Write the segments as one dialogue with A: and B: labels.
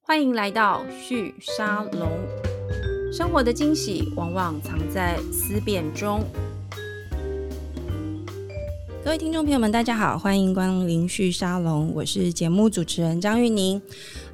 A: 欢迎来到旭沙龙。生活的惊喜往往藏在思辨中。各位听众朋友们，大家好，欢迎光临旭沙龙，我是节目主持人张玉宁。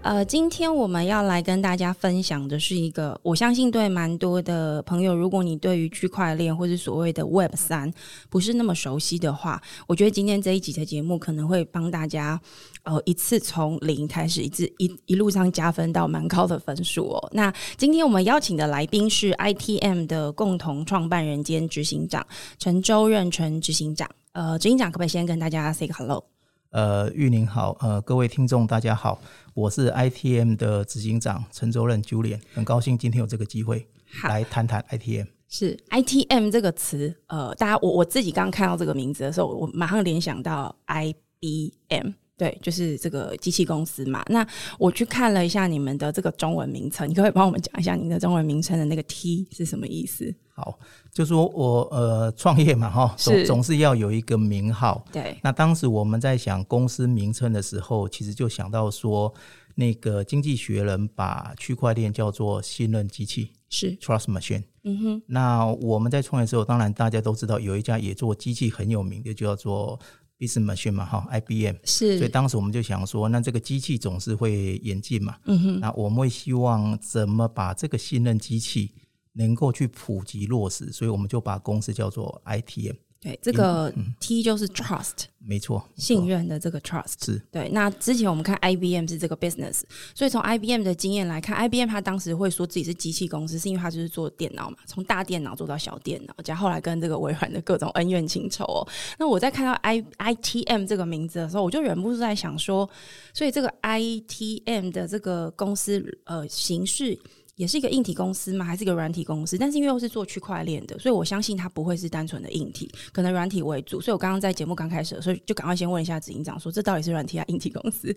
A: 呃，今天我们要来跟大家分享的是一个，我相信对蛮多的朋友，如果你对于区块链或是所谓的 Web 三不是那么熟悉的话，我觉得今天这一集的节目可能会帮大家呃一次从零开始，一次一一路上加分到蛮高的分数哦。 那今天我们邀请的来宾是 ITM 的共同创办人兼执行长陈周任陈执行长。呃，执行长可不可以先跟大家 say 个 hello？
B: 呃，玉宁好，呃，各位听众大家好，我是 ITM 的执行长陈周任 Julian，很高兴今天有这个机会
A: 好
B: 来谈谈 ITM。
A: 是 ITM 这个词，呃，大家我我自己刚看到这个名字的时候，我马上联想到 IBM，对，就是这个机器公司嘛。那我去看了一下你们的这个中文名称，你可不可以帮我们讲一下您的中文名称的那个 T 是什么意思？
B: 好，就说我呃创业嘛哈，
A: 是
B: 总总是要有一个名号。
A: 对，
B: 那当时我们在想公司名称的时候，其实就想到说，那个经济学人把区块链叫做信任机器
A: 是，
B: （trust machine）。
A: 嗯哼，
B: 那我们在创业的时候，当然大家都知道有一家也做机器很有名的，就叫做 Business Machine 嘛哈，IBM。所以
A: 是，
B: 当时我们就想说，那这个机器总是会演进嘛，
A: 嗯哼，
B: 那我们会希望怎么把这个信任机器能够去普及落实，所以我们就把公司叫做 ITM，
A: 对，这个 T 就是 trust，
B: 没错，
A: 信任的这个 trust。
B: 是
A: 对，那之前我们看 IBM 是这个 business，所以从 IBM 的经验来看，IBM 它当时会说自己是机器公司，是因为它就是做电脑嘛，从大电脑做到小电脑，加后来跟这个微软的各种恩怨情仇哦。那我在看到 I ITM 这个名字的时候，我就忍不住在想说，所以这个 ITM 的这个公司呃形式。也是一个硬体公司吗？还是一个软体公司？但是因为又是做区块链的，所以我相信它不会是单纯的硬体，可能软体为主。所以我刚刚在节目刚开始的时候，就赶快先问一下执行长说，这到底是软体还是硬体公司？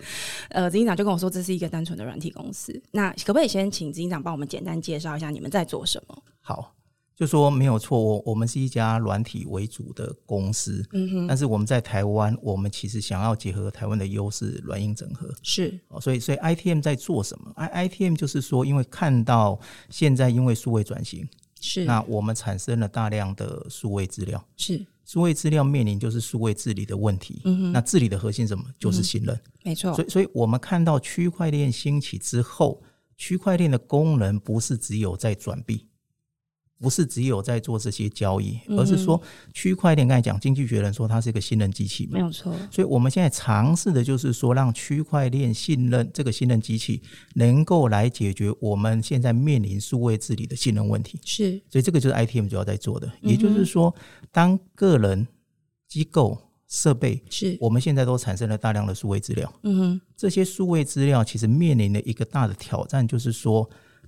A: 呃，执行长就跟我说这是一个单纯的软体公司。那可不可以先请执行长帮我们简单介绍一下你们在做什么？
B: 好。就说没有错，哦我我们是一家软体为主的公司，
A: 嗯哼，
B: 但是我们在台湾，我们其实想要结合台湾的优势，软硬整合。
A: 是
B: 哦，所以所以 ITM 在做什么？I 啊 ITM 就是说，因为看到现在因为数位转型，
A: 是
B: 那我们产生了大量的数位资料，
A: 是，
B: 数位资料面临就是数位治理的问题。
A: 嗯
B: 那治理的核心是什么？就是信任。
A: 没错
B: 所，以，所以我们看到区块链兴起之后，区块链的功能不是只有在转币，不是只有在做这些交易，
A: 嗯
B: 而是说区块链刚才讲，经济学人说它是一个信任机器嘛
A: 没。有错，
B: 所以，我们现在尝试的就是说，让区块链信任这个信任机器能够来解决我们现在面临数位治理的信任问题。
A: 是
B: 所以这个就是 ITM 主要在做的。也
A: 嗯
B: 就是说，当个人、机构、设备，
A: 是，
B: 我们现在都产生了大量的数位资料，
A: 嗯哼，
B: 这些数位资料其实面临的一个大的挑战，就是说，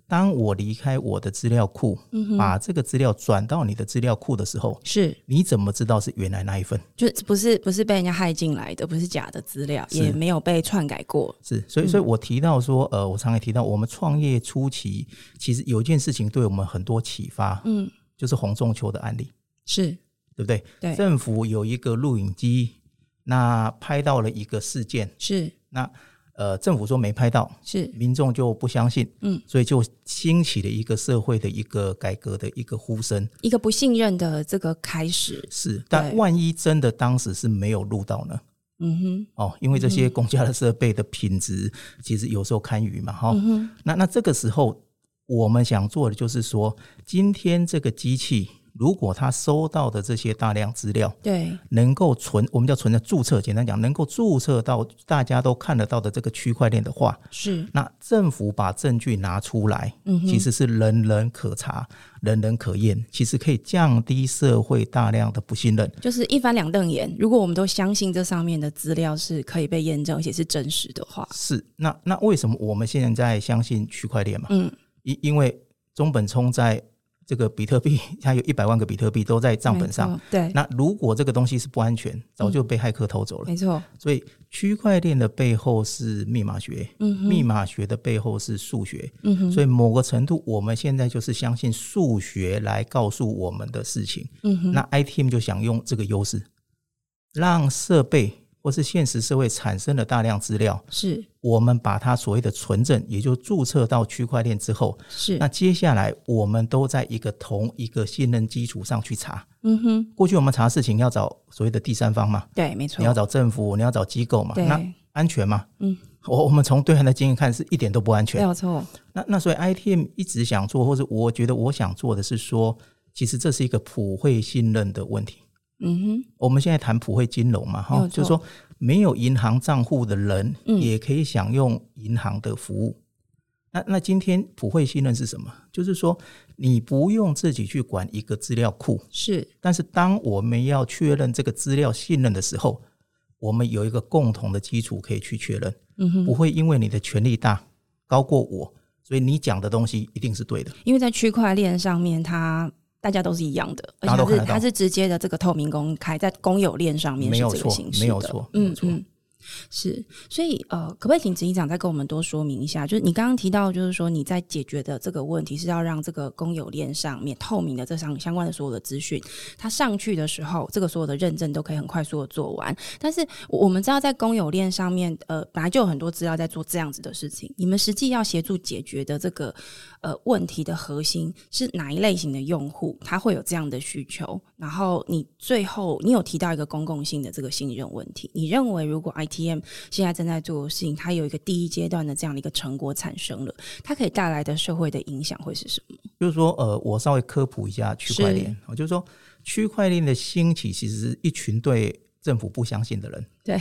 B: 当我离开我的资料库，
A: 嗯
B: 把这个资料转到你的资料库的时候，
A: 是，
B: 你怎么知道是原来那一份？
A: 就不是不是被人家害进来的，不是假的资料，也没有被篡改过，
B: 是，所以，
A: 嗯
B: 所以我提到说，呃，我常也提到，我们创业初期，其实有一件事情对我们很多启发，
A: 嗯，
B: 就是红中秋的案例。
A: 是
B: 对不对？
A: 对
B: 政府有一个录影机，那拍到了一个事件，
A: 是
B: 那呃，政府说没拍到，
A: 是，
B: 民众就不相信，
A: 嗯，
B: 所以就兴起了一个社会的一个改革的一个呼声。
A: 一个不信任的这个开始，
B: 是，但万一真的当时是没有录到呢？
A: 嗯哼，
B: 哦，因为这
A: 嗯
B: 些公家的设备的品质，其实有时候堪虞嘛，哈、
A: 嗯
B: 那那这个时候，我们想做的就是说，今天这个机器，如果它收到的这些大量资料，
A: 对，
B: 能够存，我们叫存的注册，简单讲，能够注册到大家都看得到的这个区块链的话，
A: 是
B: 那政府把证据拿出来，
A: 嗯哼
B: 其实是人人可查、人人可验，其实可以降低社会大量的不信任。
A: 就是一翻两瞪眼。如果我们都相信这上面的资料是可以被验证，而且是真实的话，
B: 是，那那为什么我们现在相信区块链嘛？
A: 嗯，
B: 因因为中本聪在这个比特币，它有一百万个比特币都在账本上。
A: 没错，对，
B: 那如果这个东西是不安全，早就被骇客偷走了。
A: 没错，
B: 所以区块链的背后是密码学，
A: 嗯
B: 密码学的背后是数学，
A: 嗯哼，
B: 所以某个程度，我们现在就是相信数学来告诉我们的事情。
A: 嗯哼，
B: 那 ITM 就想用这个优势，让设备或或是现实社会产生了大量资料，
A: 是
B: 我们把它所谓的存证，也就注册到区块链之后，
A: 是
B: 那，接下来我们都在一个同一个信任基础上去查。
A: 嗯哼，
B: 过去我们查事情要找所谓的第三方嘛，
A: 对，没错
B: 你要，找政府，你要找机构嘛，
A: 对
B: 那安全嘛？
A: 嗯，
B: 我我们从对岸的经验看是一点都不安
A: 没
B: 全。
A: 有错，
B: 那那所以 ITM 一直想做，或者我觉得我想做的是说，其实这是一个普惠信任的问题。
A: 嗯
B: 我们现在谈普惠金融嘛，
A: 没
B: 哈，
A: 有错
B: 就是说没有银行账户的人
A: 嗯
B: 也可以享用银行的服务。那那今天普惠信任是什么？就是说你不用自己去管一个资料库，
A: 哼，是
B: 但是当我们要确认这个资料信任的时候，我们有一个共同的基础可以去确认，
A: 嗯
B: 不会因为你的权力大高过我，所以你讲的东西一定是对的。
A: 因为在区块链上面，它大家都是一样的，而
B: 大家
A: 且
B: 都
A: 它是
B: 看得到
A: 它是直接的这个透明公开，在公有链上面
B: 没
A: 是
B: 有
A: 这个
B: 错
A: 形式的，
B: 没有错没有
A: 嗯
B: 错
A: 嗯。是，所以呃，可不可以请执行长再跟我们多说明一下？就是你刚刚提到，就是说你在解决的这个问题是要让这个公有链上面透明的这上相关的所有的资讯，它上去的时候，这个所有的认证都可以很快速的做完。但是我我们知道，在公有链上面，呃，本来就有很多资料在做这样子的事情。你们实际要协助解决的这个呃问题的核心是哪一类型的用户，他会有这样的需求？然后你最后你有提到一个公共性的这个信任问题，你认为如果 ITM 现在正在做的事情，它有一个第一阶段的这样的一个成果产生了，它可以带来的社会的影响会是什么？
B: 就是说，呃，我稍微科普一下区块链，哦就是说区块链的兴起其实是一群对政府不相信的人，
A: 对，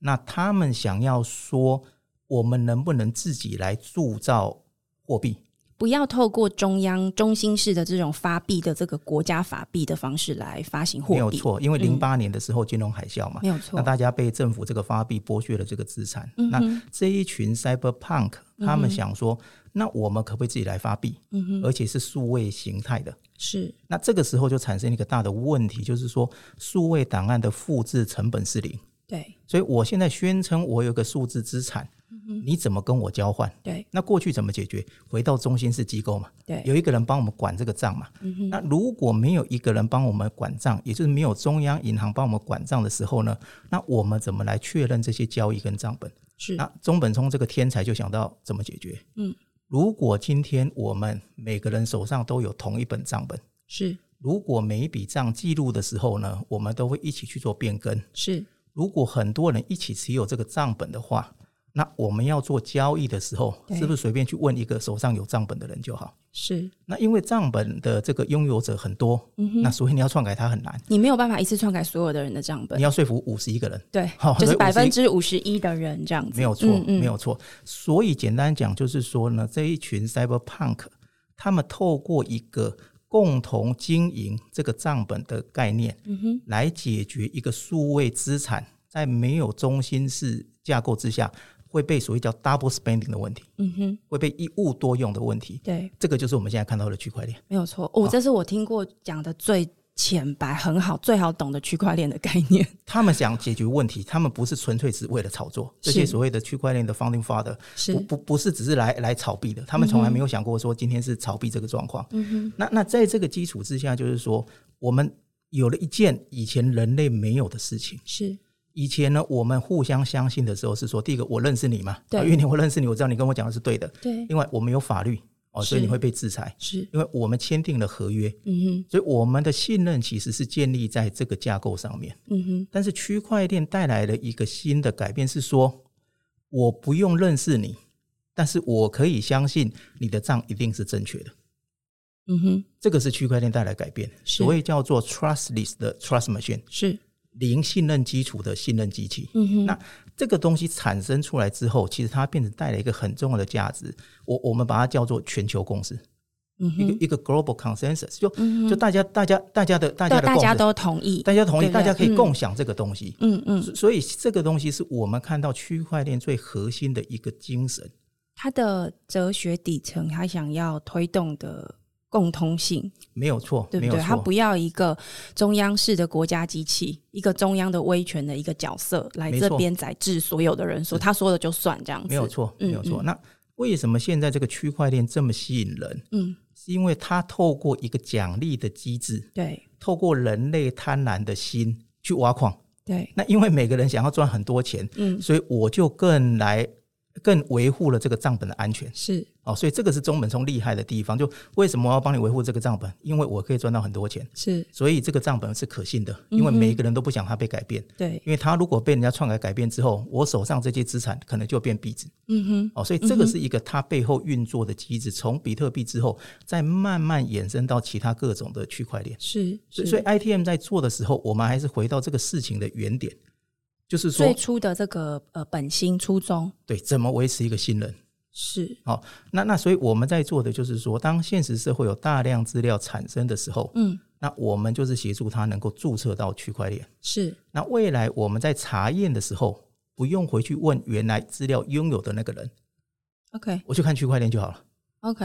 B: 那他们想要说，我们能不能自己来铸造货币？
A: 不要透过中央中心式的这种发币的这个国家法币的方式来发行货
B: 没有
A: 币，
B: 错，因为
A: 嗯
B: 零八年的时候金融海啸嘛，
A: 没有
B: 那
A: 错，
B: 大家被政府这个发币剥削了这个资产，
A: 嗯
B: 那
A: 哼，
B: 这一群 cyberpunk 他
A: 嗯
B: 们
A: 哼
B: 想说，那我们可不可以自己来发币，
A: 嗯哼，
B: 而且是数位形态的？
A: 是
B: 那这个时候就产生一个大的问题，就是说数位档案的复制成本是零，
A: 对，
B: 所以我现在宣称我有个数字资产，
A: 嗯
B: 你怎么跟我交换？
A: 对，
B: 那过去怎么解决？回到中心式机构嘛，
A: 对，嗯
B: 有一个人帮我们管这个账嘛。那如果没有一个人帮我们管账，也就是没有中央银行帮我们管账的时候呢，那我们怎么来确认这些交易跟账本？
A: 是
B: 那中本聪这个天才就想到怎么解决。
A: 嗯，
B: 如果今天我们每个人手上都有同一本账本，
A: 是
B: 如果每一笔账记录的时候呢，我们都会一起去做变更。
A: 是
B: 如果很多人一起持有这个账本的话，那我们要做交易的时候，
A: 对
B: 是不是随便去问一个手上有账本的人就好？
A: 是，
B: 那因为账本的这个拥有者很多，
A: 嗯
B: 那所以你要篡改它很难，
A: 你没有办法一次篡改所有的人的账本
B: 你，要说服五十一个人，
A: 对
B: 好，
A: 就是
B: 所以
A: 百分
B: 51
A: 之五十一的人这样子，
B: 没有错，
A: 嗯嗯
B: 没有错。所以简单讲就是说呢，这一群 cyberpunk 他们透过一个共同经营这个账本的概念，
A: 嗯哼，
B: 来解决一个数位资产在没有中心式架构之下会被所谓叫 double spending 的问题，
A: 嗯哼，
B: 会被一物多用的问题。
A: 对，
B: 这个就是我们现在看到的区块链。
A: 没有错。哦，这是我听过讲的最浅白、很好、最好懂的区块链的概念。
B: 他们想解决问题，他们不是纯粹只为了炒作。这些
A: 是
B: 所谓的区块链的 founding father
A: 是
B: 不不不是只是来来炒币的，他们从来没有想过说今天是炒币这个状况。
A: 嗯
B: 那那在这个基础之下，就是说我们有了一件以前人类没有的事情。
A: 是
B: 以前呢，我们互相相信的时候是说，第一个我认识你嘛，
A: 对
B: 啊因为你我认识你，我知道你跟我讲的是对的。
A: 对，
B: 另外，我们有法律哦，
A: 是
B: 所以你会被制裁，
A: 是，
B: 因为我们签订了合约，
A: 嗯
B: 所以我们的信任其实是建立在这个架构上面。
A: 哼，嗯哼，
B: 但是区块链带来了一个新的改变，是说我不用认识你，但是我可以相信你的账一定是正确的。
A: 嗯哼，
B: 这个是区块链带来改变，
A: 是
B: 所谓叫做 trustless 的 trust machine，
A: 是，
B: 零信任基础的信任机器。
A: 嗯哼，
B: 那这个东西产生出来之后，其实它变成带来一个很重要的价值。我我们把它叫做全球共识，
A: 嗯
B: 一
A: 哼，
B: 个一个 global consensus，就、
A: 嗯
B: 就大家大家大家的大
A: 对，
B: 家的
A: 大
B: 共
A: 家
B: 识，
A: 都同意。
B: 大家同意，
A: 对不对
B: 大家可以
A: 嗯
B: 共享这个东西。
A: 嗯嗯，
B: 所以这个东西是我们看到区块链最核心的一个精神。
A: 它的哲学底层，它想要推动的共通性，
B: 没有错，
A: 对
B: 没
A: 不
B: 有
A: 对？它
B: 错
A: 不，要一个中央式的国家机器，一个中央的威权的一个角色来
B: 没
A: 这
B: 错
A: 边宰制所有的人，说他说的就算这样子。
B: 没有，错，
A: 嗯
B: 没有错。那为什么现在这个区块链这么吸引人？
A: 嗯，
B: 是因为它透过一个奖励的机制，
A: 对，
B: 透过人类贪婪的心去挖矿，
A: 对，
B: 那因为每个人想要赚很多钱，
A: 嗯，
B: 所以我就更来更维护了这个账本的安全
A: 是，
B: 哦。所以这个是中本聪厉害的地方，就为什么我要帮你维护这个账本？因为我可以赚到很多钱，
A: 是，
B: 所以这个账本是可信的，因为每一个人都不想它被改变。
A: 对，
B: 因为他如果被人家篡改改变之后，我手上这些资产可能就变币值
A: 嗯哼，
B: 哦，所以这个是一个它背后运作的机制。从比特币之后，再慢慢衍生到其他各种的区块链。
A: 是，是
B: 所以所以 ITM 在做的时候，我们还是回到这个事情的原点，就是
A: 最
B: 说，
A: 初的这个呃本心初衷
B: 对，怎么维持一个信任。
A: 是，
B: 哦，那那所以我们在做的就是说，当现实社会有大量资料产生的时候，
A: 嗯，
B: 那我们就是协助他能够注册到区块链。
A: 是，
B: 那未来我们在查验的时候，不用回去问原来资料拥有的那个人，
A: OK，OK，、
B: 我去看区块链就好了。哦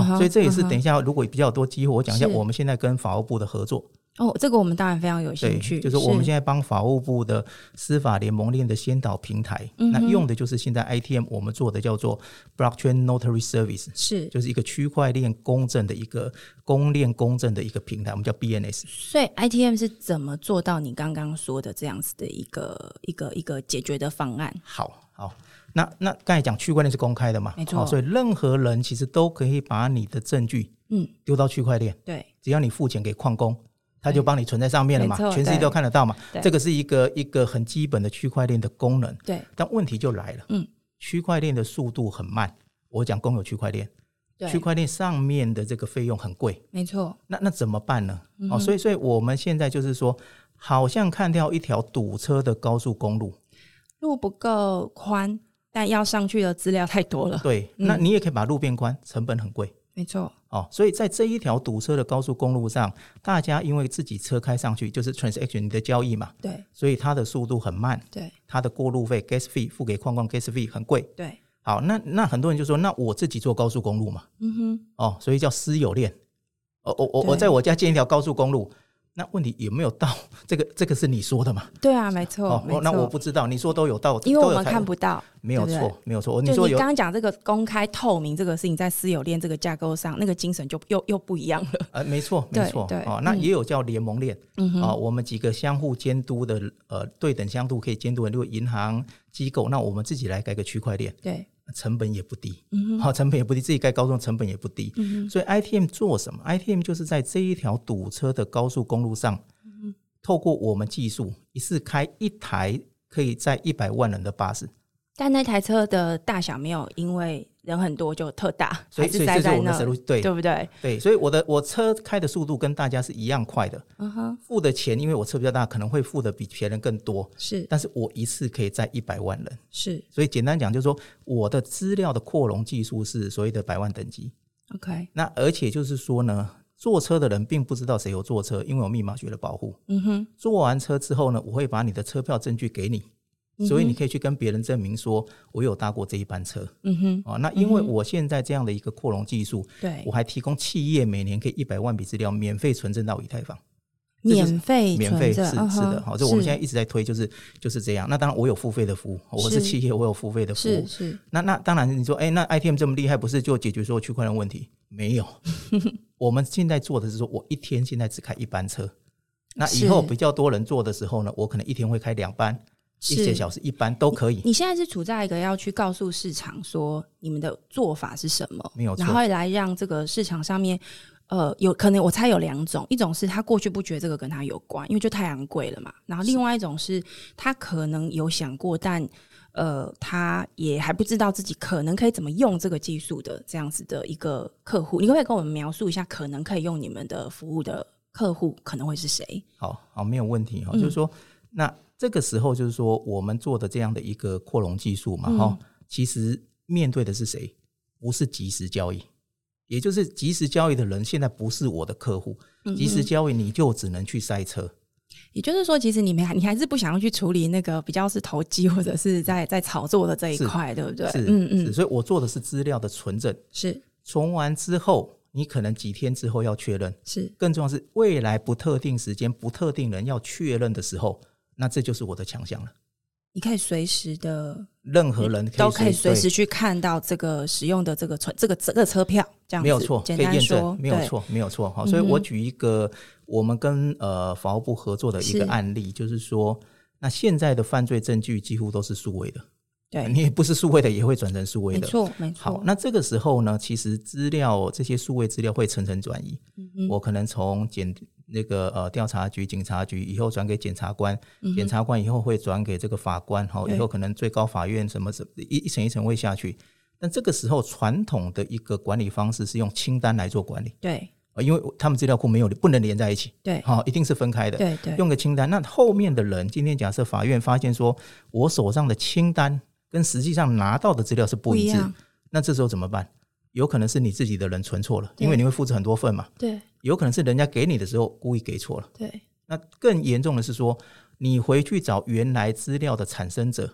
A: 嗯哼
B: 所以这也是
A: 嗯哼
B: 等一下，如果比较有多机会，我讲一下
A: 是
B: 我们现在跟法务部的合作。
A: 哦，这个我们当然非常有
B: 对，
A: 兴趣，
B: 就是我们现在帮法务部的司法联盟链的先导平台，
A: 嗯
B: 那
A: 哼
B: 用的就是现在 ITM 我们做的叫做 Blockchain Notary Service，
A: 是
B: 就是一个区块链公证的一个公链公证的一个平台，我们叫 BNS。
A: 所以 ITM 是怎么做到你刚刚说的这样子的一个一个一个解决的方案？
B: 好，好，那那刚才讲区块链是公开的嘛，哦
A: 没错
B: 好所以任何人其实都可以把你的证据
A: 嗯，
B: 丢到区块链，
A: 对，
B: 只要你付钱给矿工，他就帮你存在上面了嘛
A: 没，错
B: 全世界都看得到嘛
A: 对。
B: 这个是一个一个很基本的区块链的功能，
A: 对，
B: 但问题就来了，
A: 嗯，
B: 区块链的速度很慢。我讲公有区块链，
A: 对，
B: 区块链上面的这个费用很贵，
A: 没错，
B: 那那怎么办呢？
A: 嗯
B: 哦，所以所以我们现在就是说，好像看到一条堵车的高速公路，
A: 路不够宽，但要上去的资料太多了，
B: 对，那你也可以把路变宽，成本很贵。
A: 没错，
B: 哦，所以在这一条堵车的高速公路上，大家因为自己车开上去就是 transaction 你的交易嘛，
A: 对
B: 所以它的速度很慢，
A: 对
B: 它的过路费 gas fee 付给矿工 gas fee 很贵。
A: 对，
B: 好，那那很多人就说，那我自己做高速公路嘛，
A: 嗯哼，
B: 哦，所以叫私有链。哦，我我
A: 对
B: 我在我家建一条高速公路，那问题有没有到？ 这个这个是你说的嘛？
A: 对啊，没错，
B: 哦，
A: 没错，
B: 那我不知道，你说都有道，
A: 因为
B: 都
A: 我
B: 有
A: 们
B: 才
A: 看不到，
B: 没有
A: 对不对
B: 错，没有错。你
A: 就
B: 说
A: 你
B: 有
A: 刚刚讲这个公开透明这个事情，在私有链这个架构上，那个精神就又又不一样 了，
B: 呃，没错，
A: 对
B: 没错
A: 对，
B: 哦，那也有叫联盟链，
A: 嗯哼，
B: 啊，我们几个相互监督的，呃，对等相互可以监督的，例如银行机构，那我们自己来盖个区块链，
A: 对，
B: 成本也不低，
A: 嗯
B: 好，成本也不低，自己盖高中成本也不低，
A: 嗯哼，
B: 所以 ITM 做什么？ITM 就是在这一条堵车的高速公路上，
A: 嗯
B: 透过我们技术，一次开一台可以载一百万人的巴士，
A: 但那台车的大小没有因为人很多就特大，
B: 所以
A: 还
B: 所
A: 是
B: 以
A: 塞
B: 这是
A: 在
B: 我们
A: 那
B: 的，路，对
A: 对不对？
B: 对，所以我的我车开的速度跟大家是一样快的，
A: 嗯哼，
B: 付的钱因为我车比较大，可能会付的比别人更多，
A: 是
B: 但是我一次可以载一百万人。
A: 是
B: 所以简单讲，就是说我的资料的扩容技术是所谓的百万等级。
A: ，OK，
B: 那而且就是说呢，坐车的人并不知道谁有坐车，因为有密码学的保护。
A: 嗯哼，
B: 做完车之后呢，我会把你的车票证据给你，
A: 嗯
B: 所以你可以去跟别人证明说我有搭过这一班车
A: 嗯哼，
B: 啊、哦。那因为我现在这样的一个扩容技术，
A: 对
B: 我，还提供企业每年可以一百万笔资料免费存证到以太坊，这就是
A: 免费
B: 免
A: 存
B: 费是
A: 着嗯
B: 是
A: 哼
B: 的，好，这我们
A: 是
B: 现在一直在推，就是就是这样。那当然我有付费的服务，我
A: 是
B: 是企业，我有付费的服务
A: 是，是
B: 那那当然，你说，哎，那 ITM 这么厉害，不是就解决所有区块链问题？没 有，我们现在做的是说，我一天现在只开一班车。那以后
A: 是
B: 比较多人做的时候呢，我可能一天会开两班，一些
A: 是
B: 小时一班都可以。
A: 你现在是处在一个要去告诉市场说你们的做法是什么，
B: 没有错
A: 然后来让这个市场上面，呃，有可能我猜有两种，一种是他过去不觉得这个跟他有关，因为就太昂贵了嘛，然后另外一种是他可能有想过，但呃，他也还不知道自己可能可以怎么用这个技术的这样子的一个客户，你可不可以跟我们描述一下可能可以用你们的服务的客户可能会是谁？
B: 好好，没有问题
A: 嗯
B: 哈、哦。就是说，那这个时候就是说，我们做的这样的一个扩容技术
A: 嗯
B: 嘛，哈、其实面对的是谁？不是即时交易，也就是即时交易的人现在不是我的客户。
A: 嗯
B: 即时交易你就只能去塞车。
A: 也就是说，其实你们还你还是不想要去处理那个比较是投机或者是在在炒作的这一
B: 是
A: 块，对不对？
B: 是，
A: 嗯
B: 是，
A: 嗯，
B: 所以我做的是资料的存证，
A: 是
B: 存完之后，你可能几天之后要确认，
A: 是
B: 更重要是未来不特定时间、不特定人要确认的时候，那这就是我的强项了。
A: 你可以随时的
B: 任何人
A: 都可以随
B: 随
A: 时去看到这个使用的这个存这个这个车票，这样
B: 对
A: 子
B: 没有错，可
A: 简
B: 以
A: 单
B: 验
A: 说
B: 证，没有
A: 对嗯
B: 错，没有错。好，所以我举一个我们跟呃法务部合作的一
A: 是
B: 个案例，就是说。那现在的犯罪证据几乎都是数位的，
A: 对，
B: 你也不是数位的也会转成数位
A: 没
B: 的。
A: 错，没错。
B: 好，那这个时候呢，其实资料这些数位资料会层层转移。
A: 嗯
B: 我可能从检那个呃调查局、警察局以后转给检察官，检察官以后会转给这个法官，好、
A: 嗯对
B: 以后可能最高法院什么什么一一层一层会下去。但这个时候，传统的一个管理方式是用清单来做管理，
A: 对
B: 呃因为他们资料库没有不能连在一起，
A: 对
B: 好、一定是分开的。
A: 对对，
B: 用个清单。那后面的人，今天假设法院发现说我手上的清单跟实际上拿到的资料是不
A: 不一
B: 一致，
A: 样，
B: 那这时候怎么办？有可能是你自己的人存错了，
A: 对
B: 因为你会复制很多份嘛。
A: 对
B: 有可能是人家给你的时候故意给错了。
A: 对
B: 那更严重的是说，你回去找原来资料的产生者，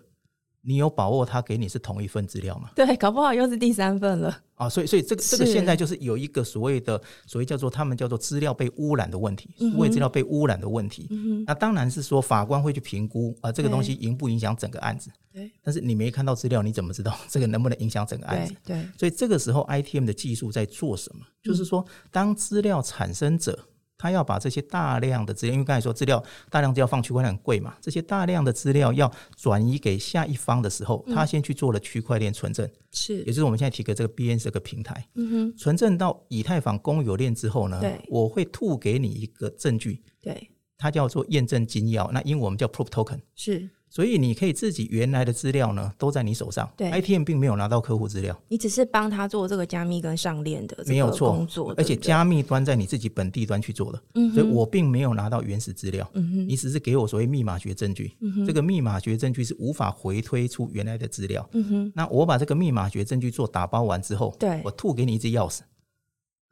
B: 你有把握他给你是同一份资料吗？
A: 对，搞不好又是第三份了。
B: 啊，所以所以这个这个
A: 是
B: 现在就是有一个所谓的所谓叫做他们叫做资料被污染的问题，
A: 嗯哼
B: 数位资料被污染的问题。那当然是说法官会去评估啊、这个
A: 嗯对
B: 东西影不影响整个案子。
A: 对
B: 但是你没看到资料，你怎么知道 这个能不能影响整个案子
A: 对？对
B: 所以这个时候 ITM 的技术在做什
A: 嗯
B: 么？就是说，当资料产生者他要把这些大量的资料，因为刚才说资料大量资料放区块链很贵嘛，这些大量的资料要转移给下一方的时候，
A: 嗯
B: 他先去做了区块链存证。
A: 是
B: 也，就是我们现在提的这个 BN 这个平台，
A: 嗯哼，
B: 存证到以太坊公有链之后呢
A: 对，
B: 我会吐给你一个证据，
A: 对
B: 它叫做验证金钥，那英文我们叫 proof token。
A: 是。
B: 所以你可以自己原来的资料呢都在你手上，
A: 对
B: ITM 并没有拿到客户资料，
A: 你只是帮他做这个加密跟上链的这
B: 没有
A: 个
B: 错
A: 工作，，
B: 而
A: 对嗯
B: 且
A: 不对
B: 加密端在你自己本地端去做的，所以我并没有拿到原始资
A: 嗯
B: 料，你只是给我所谓密码学证据，这个密码学证据是无法回推出原来的资料，
A: 嗯
B: 那我把这个密码学证据做打包完之后，
A: 对
B: 我吐给你一支钥匙，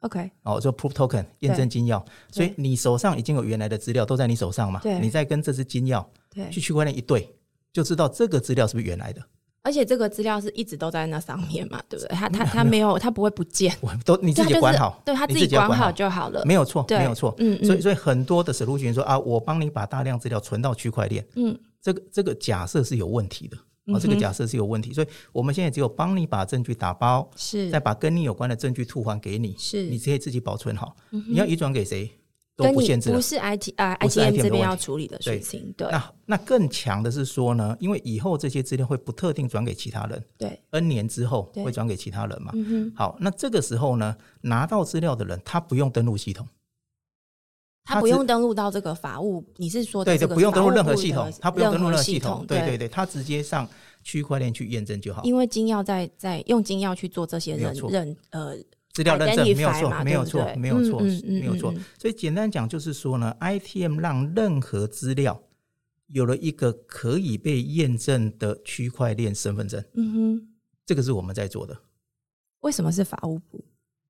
A: OK
B: 哦，就 proof token 验证金钥，所以你手上已经有原来的资料都在你手上嘛
A: 对，
B: 你再跟这只金钥
A: 对
B: 去，区块链一对，就知道这个资料是不是原来的。
A: 而且这个资料是一直都在那上面嘛，对不对？他他他没有，他不会不见，
B: 我都你自己管好，
A: 对他
B: 你
A: 就是对他自己
B: 要
A: 管好
B: 好，
A: 就好了。
B: 没有错，
A: 对
B: 没有错。
A: 嗯嗯
B: 所以所以很多的 solution 说啊，我帮你把大量资料存到区块链，
A: 嗯，
B: 这个这个假设是有问题的。哦，这个假设是有问题，所以我们现在只有帮你把证据打包，
A: 是
B: 再把跟你有关的证据吐还给你，
A: 是嗯
B: 你可以自己保存好。你要移转给谁都
A: 跟
B: 不
A: 你
B: 限制了
A: 不，是 IT 啊
B: 不是 ITM 的
A: 这边
B: 问
A: 要
B: 题
A: 处理的事
B: 对
A: 情，对
B: 那那更强的是说呢，因为以后这些资料会不特定转给其他人
A: 对
B: ，N 年之后
A: 对
B: 会转给其他人嘛。
A: 嗯哼，
B: 好，那这个时候呢，拿到资料的人他不用登录系统，
A: 他
B: 他
A: 不
B: 只
A: 用登录到这个法务，你是说的
B: 对
A: 这
B: 对，
A: 个
B: 不用登录
A: 法务
B: 任何
A: 部
B: 系
A: 的
B: 统，他不用登录
A: 任何
B: 任何
A: 系
B: 系统，对对
A: 对。
B: 对，他直接上区块链去验证就好，
A: 因为金钥在在用金钥去做这些
B: 没有
A: 认
B: 错
A: 认呃
B: 资料认证
A: identify
B: 没有错
A: 嘛，
B: 没有
A: 对不
B: 错
A: 对，
B: 没有错，
A: 嗯嗯嗯
B: 没有错
A: 嗯嗯。
B: 所以简单讲就是说呢，ITM 让任何资料有了一个可以被验证的区块链身份证，
A: 嗯哼，
B: 这个是我们在做的。
A: 为什么是法务部？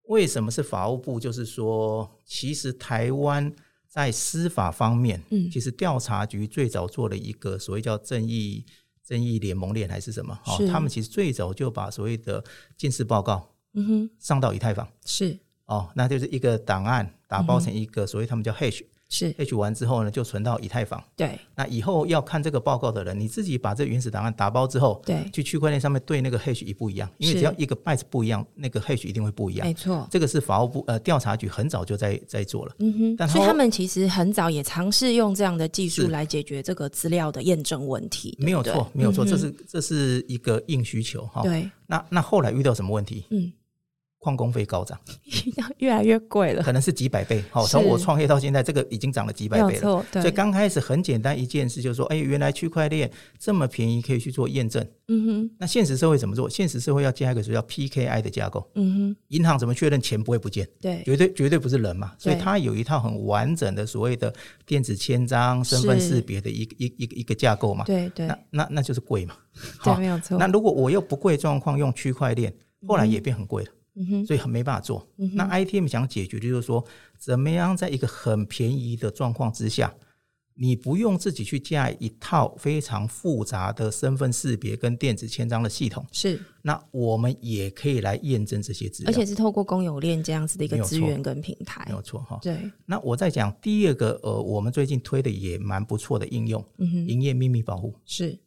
B: 为什么是法务部？就是说，其实台湾在司法方面，
A: 嗯
B: 其实调查局最早做了一个所谓叫正义正义联盟链还是什么？哦
A: 是，
B: 他们其实最早就把所谓的近视报告
A: 嗯哼，
B: 上到以太坊，
A: 是
B: 哦，那就是一个档案打包成一个、所谓他们叫 hash，hash
A: 是，
B: 完之后呢，就存到以太坊。
A: 对
B: 那以后要看这个报告的人，你自己把这原始档案打包之后，
A: 对，
B: 去区块链上面对那个 hash 一不一样，因为
A: 是
B: 只要一个 byte 不一样，那个 hash 一定会不一样
A: 没。错。
B: 这个是法务部呃调查局很早就在在做了，
A: 嗯哼，
B: 但
A: 所以
B: 他
A: 他们其实很早也尝试用这样的技术
B: 是
A: 来解决这个资料的验证问题，对
B: 没有
A: 不对嗯
B: 错，没有错，这是哦这是一个硬需求哈。
A: 对，
B: 那那后来遇到什么问题？
A: 嗯，
B: 矿工费高涨，
A: 越来越贵 了，
B: 可能是几百倍。好，
A: 是
B: 从我创业到现在，这个已经涨了几
A: 没
B: 百
A: 有
B: 倍了。
A: 错，对
B: 所以，刚开始很简单一件事，就是说，哎，原来区块链这么便宜，可以去做验证。
A: 嗯哼，
B: 那现实社会怎么做？现实社会要加一个所谓叫 PKI 的架构，
A: 嗯哼，
B: 银行怎么确认钱不会不见？
A: 对，
B: 绝对绝对不是人嘛，所以
A: 对
B: 它有一套很完整的所谓的电子签章、身份
A: 是
B: 识别的一个一个一个一个架构嘛。
A: 对对
B: 那那那就是贵嘛。
A: 对，
B: 好
A: 没，有错
B: 那，如果我又不贵的状况用区块链，后来也变很贵了，
A: 嗯哼，
B: 所以很没办法做。那 ITM 想解决的就是说，怎么样在一个很便宜的状况之下，你不用自己去架一套非常复杂的身份识别跟电子签章的系统，
A: 是，
B: 那我们也可以来验证这些资
A: 而
B: 料
A: 且。是透过公有链这样子的一
B: 没
A: 个
B: 有
A: 资
B: 错
A: 源跟平台
B: 没，有错哈，
A: 对，
B: 那我再讲第二个，呃，我们最近推的也蛮不错的应用，
A: 嗯哼，
B: 营业秘密保护。
A: 是，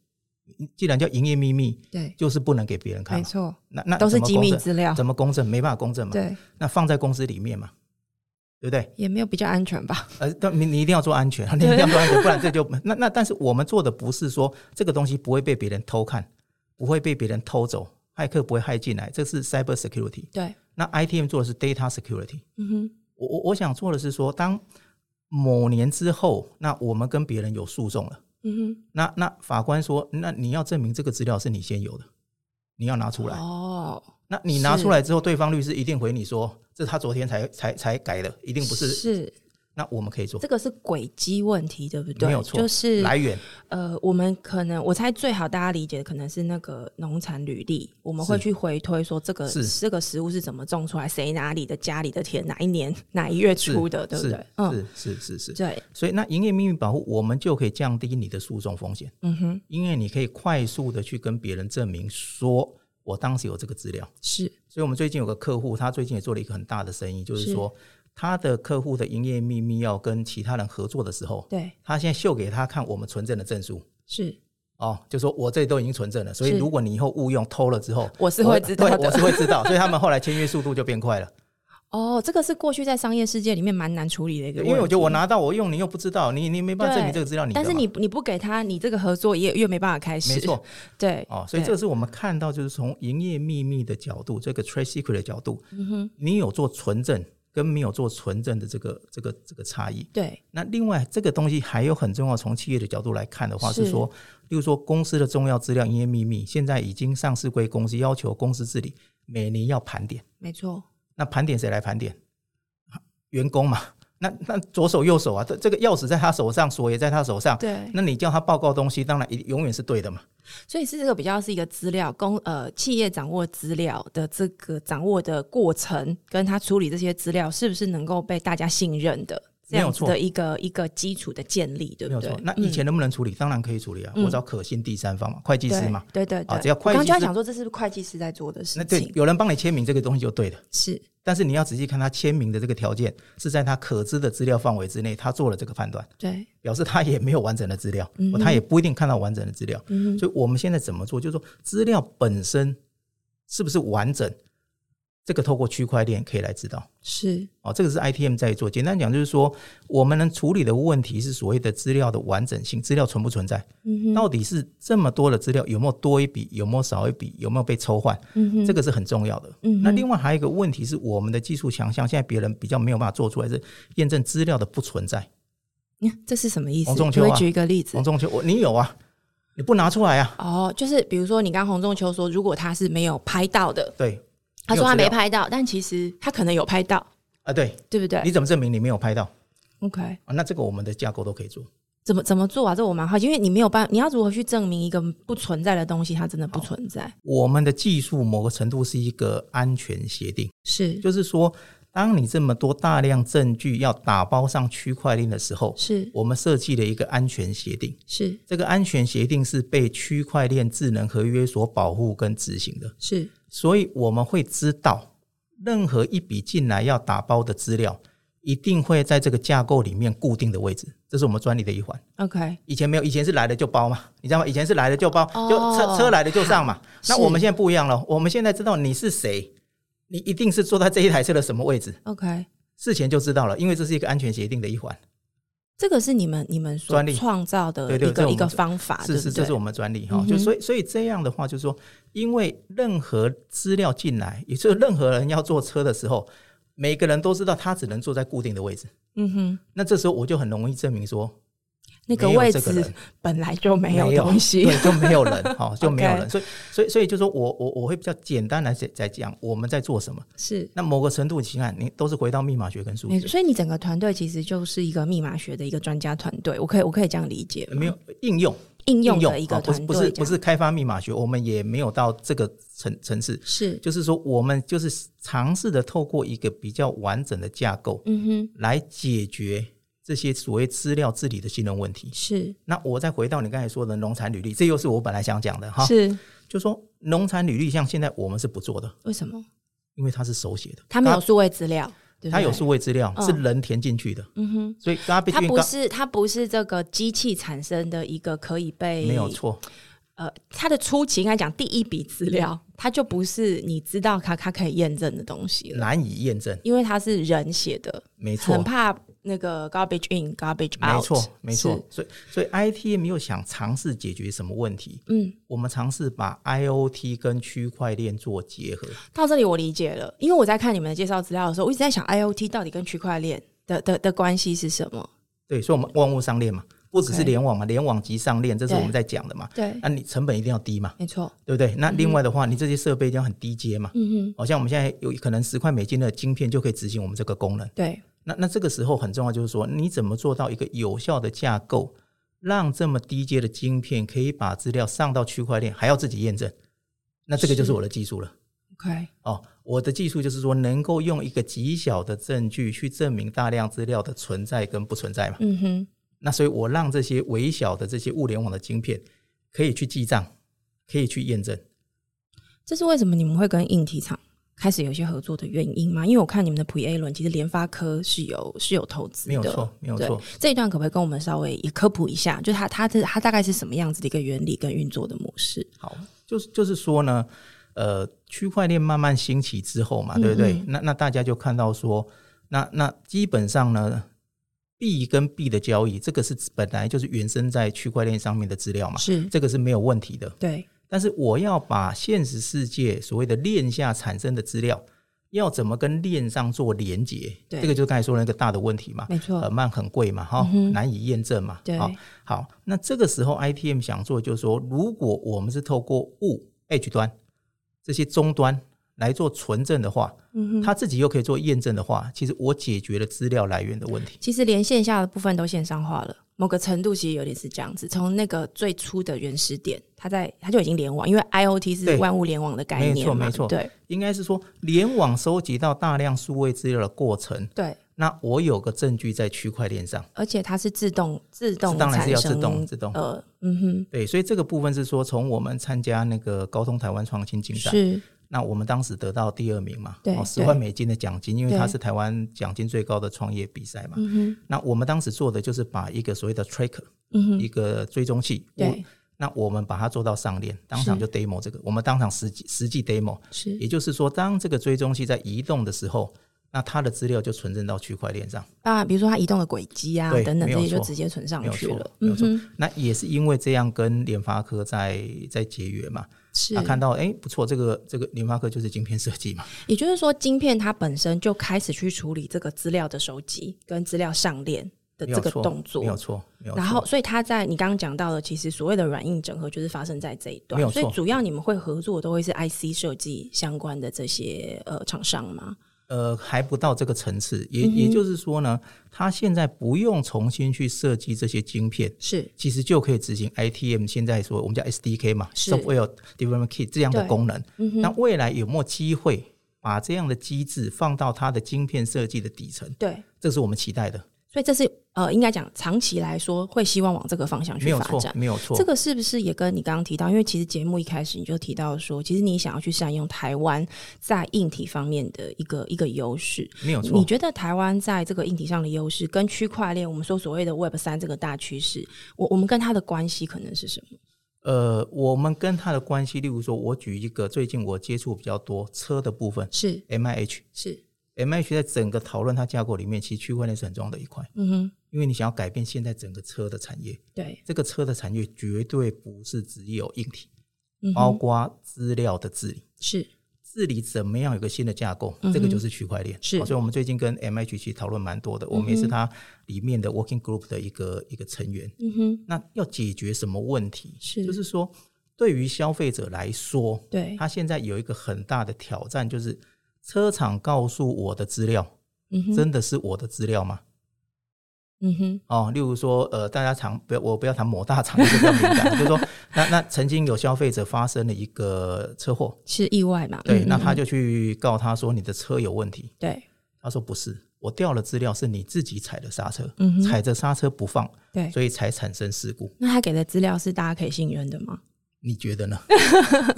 B: 既然叫营业秘密，
A: 对，
B: 就是不能给别人看
A: 没
B: 嘛。
A: 错，
B: 那那
A: 都是
B: 怎么
A: 机密
B: 公证
A: 资料
B: 怎么公证？没办法公证嘛。
A: 对，
B: 那放在公司里面嘛，对不对？
A: 也没有比较安全吧？
B: 呃，但你你一定要做安全，你一定要做安全，不然这就 那那。但是我们做的不是说这个东西不会被别人偷看，不会被别人偷走，骇客不会骇进来，这是 cyber security。
A: 对，
B: 那 ITM 做的是 data security。
A: 嗯哼，
B: 我我我想做的是说，当某年之后，那我们跟别人有诉讼了，
A: 嗯
B: 那那法官说，那你要证明这个资料是你先有的，你要拿出来。
A: 哼，哦，
B: 那你拿
A: 是
B: 出来之后，对方律师一定回你说，这他昨天才才才改的，一定不是。
A: 是
B: 那我们可以做
A: 这，个是轨迹问题，对不对？
B: 没有错，
A: 就是
B: 来源。
A: 呃，我们可能我猜最好大家理解的可能是那个农产履历，我们会
B: 是
A: 去回推说这个
B: 是
A: 这个食物是怎么种出来，谁哪里的家里的田，哪一年哪一月
B: 是
A: 出的，对不对？嗯，
B: 是是是是是，
A: 对，
B: 所以那营业秘密保护，我们就可以降低你的诉讼风险，
A: 嗯哼，
B: 因为你可以快速的去跟别人证明说，我当时有这个资料。
A: 是
B: 所以我们最近有个客户，他最近也做了一个很大的生意，就是
A: 是
B: 说他的客户的营业秘密要跟其他人合作的时候，
A: 对，
B: 他现在秀给他看我们存证的证书。
A: 是
B: 哦，就说我这里都已经存证了，所以
A: 是
B: 如果你以后误用偷了之后，
A: 我是会知道的
B: 对我是会知道，所以他们后来签约速度就变 快了。
A: 哦，这个是过去在商业世界里面蛮难处理的一个
B: 因
A: 问题，
B: 为我觉得我拿到我用，你又不知道，你你没办法证明
A: 对
B: 这个资料你的
A: 但
B: 嘛，
A: 是你你不给他，你这个合作也越没办法开始，
B: 没错，
A: 对，
B: 哦，所以
A: 对
B: 这个是我们看到，就是从营业秘密的角度，这个 trade secret 的角度，
A: 嗯哼，
B: 你有做存证跟没有做存证的这个这个这个差异。
A: 对，
B: 那另外这个东西还有很重要，从企业的角度来看的话，
A: 是
B: 是说，例如说公司的重要资料、营业秘密，现在已经上市归公司，要求公司治理每年要盘点。
A: 没错，
B: 那盘点谁来盘点？员工嘛。那那左手右手啊，这这个钥匙在他手上，锁也在他手上。
A: 对
B: 那你叫他报告东西，当然一永远是对的嘛。
A: 所以是这个比较是一个资料公呃企业掌握资料的这个掌握的过程，跟他处理这些资料是不是能够被大家信任的这
B: 没有
A: 样子
B: 错
A: 的一个一个基础的建立，对
B: 没
A: 不
B: 有
A: 对
B: 错。？那以前能不能处理？当然可以处理啊，
A: 嗯
B: 我找可信第三方嘛，会计
A: 对
B: 师嘛。
A: 对对对，
B: 啊只要
A: 我
B: 会计师
A: 刚就在想说，这是不是会计师在做的事
B: 那对
A: 情？，
B: 有人帮你签名这个东西就对了。
A: 是
B: 但是你要仔细看他签名的这个条件是在他可知的资料范围之内，他做了这个判断，
A: 对，
B: 表示他也没有完整的资料，哦
A: 嗯哼
B: 他也不一定看到完整的资料。
A: 嗯哼，
B: 所以我们现在怎么做？就是说资料本身是不是完整，这个透过区块链可以来知道。
A: 是
B: 哦，这个是 ITM 在做。简单讲就是说，我们能处理的问题是所谓的资料的完整性，资料存不存在？
A: 嗯哼，
B: 到底是这么多的资料有没有多一笔，有没有少一笔，有没有被抽换？
A: 嗯哼，
B: 这个是很重要的。
A: 嗯哼
B: 那另外还有一个问题是，我们的技术强项现在别人比较没有办法做出来，是验证资料的不存在。
A: 嗯这是什么意思？
B: 王
A: 你
B: 仲秋啊
A: 会举一个例子
B: 王。中秋，我你有啊，你不拿出来啊？
A: 哦，就是比如说你刚洪仲秋说，如果他是没有拍到的，
B: 对
A: 他说他
B: 没
A: 没
B: 有资料
A: 拍到，但其实他可能有拍到，
B: 啊，对，
A: 对不
B: 你
A: 对
B: 怎么证明你没有拍到
A: ？OK，
B: 啊？那这个我们的架构都可以做。
A: 怎么怎么做啊？这我蛮好奇，因为你没有办，你要如何去证明一个不存在的东西它真的不存在？
B: 我们的技术某个程度是一个安全协定，
A: 是
B: 就是说，当你这么多大量证据要打包上区块链的时候，
A: 是
B: 我们设计了一个安全协定。
A: 是
B: 这个安全协定是被区块链智能合约所保护跟执行的，
A: 是
B: 所以我们会知道任何一笔进来要打包的资料，一定会在这个架构里面固定的位置，这是我们专利的一环。
A: ，OK，
B: 以前没有，以前是来了就包嘛， 你知道吗？以前是来了就包，
A: 哦
B: 就车车来了就上嘛。
A: 是
B: 那我们现在不一样了，我们现在知道你是谁，你一定是坐在这一台车的什么位置，
A: OK，
B: 事前就知道了，因为这是一个安全协定的一环。
A: 这个是你们你们所
B: 专利
A: 创造的
B: 对
A: 一
B: 对
A: 个
B: 这我们
A: 一个方法，
B: 是是，
A: 啊对
B: 这
A: 不
B: 是
A: 对
B: 我？们专利哈、
A: 嗯哼
B: 就所以所以这样的话，就是说，因为任何资料进来，也就是任何人要坐车的时候，每个人都知道他只能坐在固定的位置。
A: 嗯哼，
B: 那这时候我就很容易证明说
A: 那个
B: 没有
A: 位
B: 这个
A: 置
B: 人
A: 本来就没
B: 有
A: 有东西，
B: 对，就没有人，好、就没有人。所以所以所以就说我我我会比较简单来在讲我们在做什么。
A: 是。
B: 那某个程度，你看，你都是回到密码学跟数
A: 没
B: 字
A: 错，，所以你整个团队其实就是一个密码学的一个专家团队，我可以我可以这样理解吗，
B: 没有应用
A: 应用
B: 嗯应用
A: 的一个
B: 哦不是
A: 团队
B: 不
A: 这样，
B: 是不是开发密码学，我们也没有到这个层层次。
A: 是，
B: 就是说，我们就是尝试的透过一个比较完整的架构
A: 嗯哼，
B: 来解决这些所谓资料治理的信任问题。
A: 是
B: 那我再回到你刚才说的农产履历，这又是我本来想讲的哈，
A: 是，
B: 就说农产履历像现在我们是不做的，
A: 为什么
B: 因为它是手写的，
A: 他没有数位资料？对不
B: 它有
A: 对
B: 数位资料
A: 嗯
B: 是人填进去的，
A: 嗯哼，
B: 所以大家必
A: 它
B: 须
A: 不是它不是这个机器产生的一个可以被
B: 没有错，
A: 呃，它的初期应该讲第一笔资料，它就不是你知道它它可以验证的东西了，
B: 难以验证，
A: 因为它是人写的，
B: 没
A: 很
B: 错。
A: 怕那个 garbage in garbage out。
B: 没错，没
A: 是
B: 错，，所以所以 IT 没有想尝试解决什么问题，
A: 嗯，
B: 我们尝试把 IOT 跟区块链做结合。
A: 到这里我理解了，因为我在看你们的介绍资料的时候，我一直在想 IOT 到底跟区块链的的的关系是什么？
B: 对，所以我们万物上链嘛，不只是
A: OK
B: 联网嘛，联网及上链，这是
A: 对
B: 我们在讲的嘛。
A: 对，
B: 那你成本一定要低嘛，
A: 没错，
B: 对不对？那另外的话，你这些设备一定要很低阶嘛。
A: 嗯哼，
B: 好像我们现在有可能十块美金的晶片就可以执行我们这个功能。
A: 对，
B: 那那这个时候很重要，就是说你怎么做到一个有效的架构，让这么低阶的晶片可以把资料上到区块链，还要自己验证。那这个就是
A: 是
B: 我的技术了
A: OK，
B: 哦。我的技术就是说，能够用一个极小的证据去证明大量资料的存在跟不存在嘛。
A: 嗯哼，
B: 那所以，我让这些微小的这些物联网的晶片可以去记账，可以去验证。
A: 这是为什么你们会跟硬体厂开始有一些合作的原因吗？因为我看你们的 Pre A 轮，其实联发科是有是有投资的，
B: 没有错，没有
A: 对
B: 错。
A: 这一段可不可以跟我们稍微也科普一下？就它它的它大概是什么样子的一个原理跟运作的模式？
B: 好，就是就是说呢，呃，区块链慢慢兴起之后嘛，
A: 嗯
B: 对不对？
A: 嗯
B: 那那大家就看到说，那那基本上呢。币跟币的交易，这个是本来就是原生在区块链上面的资料嘛，
A: 是
B: 啊这个是没有问题的。
A: 对，
B: 但是我要把现实世界所谓的链下产生的资料，要怎么跟链上做连接？
A: 对
B: 这个就刚才说的那个大的问题嘛。
A: 没错，
B: 呃很慢很贵嘛，哈、难以验证嘛。
A: 嗯对
B: 好好，那这个时候 ITM 想做就是说，如果我们是透过物 H 端这些终端来做存证的话，
A: 嗯哼。
B: 它自己又可以做验证的话，其实我解决了资料来源的问题。
A: 其实连线下的部分都线上化了，某个程度其实有点是这样子。从那个最初的原始点，它在它就已经联网，因为 IOT 是
B: 对
A: 万物联网的概念嘛，
B: 没错没错
A: 对
B: 应该是说，联网收集到大量数位资料的过程，
A: 对，
B: 那我有个证据在区块链上，
A: 而且它是自动自动
B: 是当然
A: 产
B: 是要自
A: 生
B: 动自动。
A: 呃，嗯哼，
B: 对，所以这个部分是说，从我们参加那个高通台湾创新竞赛，
A: 是
B: 那我们当时得到第二名嘛，
A: 对
B: 哦，十
A: 对
B: 万美金的奖金，因为它
A: 对
B: 是台湾奖金最高的创业比赛嘛。
A: 嗯
B: 那我们当时做的就是把一个所谓的 tracker，、
A: 哼嗯哼，
B: 一个追踪器，我
A: 对，
B: 那我们把它做到上链，当场就 demo 这个，我们当场实际实际 demo，
A: 是
B: 也就是说，当这个追踪器在移动的时候，那它的资料就存证到区块链上。
A: 当啊然，比如说它移动的轨迹啊
B: 对
A: 等等
B: 没
A: 这
B: 有
A: 些，就
B: 错
A: 直接存上
B: 没有
A: 去
B: 错
A: 了。
B: 没
A: 嗯
B: 有错
A: 哼，
B: 那也是因为这样跟联发科在在结缘嘛，
A: 是
B: 那看到哎不错，这个这个联发科就是晶片设计嘛，
A: 也就是说，晶片它本身就开始去处理这个资料的收集跟资料上链的
B: 没
A: 这
B: 有
A: 个
B: 错
A: 动作
B: 没。有错，没有错。
A: 然后，所以它在你刚刚讲到的，其实所谓的软硬整合就是发生在这一
B: 没有
A: 段。
B: 错
A: 所以主要你们会合作的都会是 IC 设计相关的这些呃厂商吗？
B: 呃，还不到这个层次，也、
A: 嗯
B: 也就是说呢，它现在不用重新去设计这些晶片，
A: 是
B: 其实就可以执行 ITM 现在说我们叫 SDK 嘛
A: 是
B: ，Software Development Kit 这样的
A: 对嗯
B: 功能。那未来有没有机会把这样的机制放到它的晶片设计的底层？
A: 对，
B: 这是我们期待的，
A: 所以这是呃，应该讲长期来说会希望往这个方向
B: 没
A: 去
B: 有
A: 发
B: 错
A: 展，。
B: 没有错。
A: 这个是不是也跟你刚刚提到？因为其实节目一开始你就提到说，其实你想要去善用台湾在硬体方面的一个一个优势。
B: 没有
A: 你
B: 错，
A: 觉得台湾在这个硬体上的优势，跟区块链我们说所谓的 Web 三这个大趋势，我我们跟它的关系可能是什么？
B: 呃，我们跟它的关系，例如说，我举一个最近我接触比较多车的部分
A: 是
B: ，MIH，MIH
A: 是，
B: 在整个讨论它架构里面，其实区块链是很重要的一块。
A: 嗯哼，
B: 因为你想要改变现在整个车的产业，
A: 对，
B: 这个车的产业绝对不是只有硬体，
A: 嗯
B: 包
A: 哼，
B: 括资料的治理，
A: 是
B: 治理怎么样有个新的架构，
A: 嗯哼
B: 这个就是区块链。
A: 是嗯
B: 哦所以我们最近跟 M H 其实讨论蛮多的，我们也是它里面的 working group 的一个一个成员。
A: 嗯哼，
B: 那要解决什么问题？
A: 是
B: 就是说，对于消费者来说，
A: 对，
B: 他现在有一个很大的挑战，就是车厂告诉我的资料，
A: 嗯哼，
B: 真的是我的资料吗？
A: 嗯哼，
B: 哦，例如说，呃，大家常不要我不要谈某大厂，就比较敏感， 就是说，那那曾经有消费者发生了一个车祸，
A: 是意外嘛？
B: 对，
A: 嗯
B: 那
A: 嗯
B: 他
A: 嗯
B: 就去告他说你的车有问题，
A: 对，
B: 他说不是，我调了资料是你自己踩的刹车，
A: 嗯哼，
B: 踩着刹车不放，
A: 对。
B: 所以才产生事故，
A: 那他给的资料是大家可以信任的吗？
B: 你 觉得呢？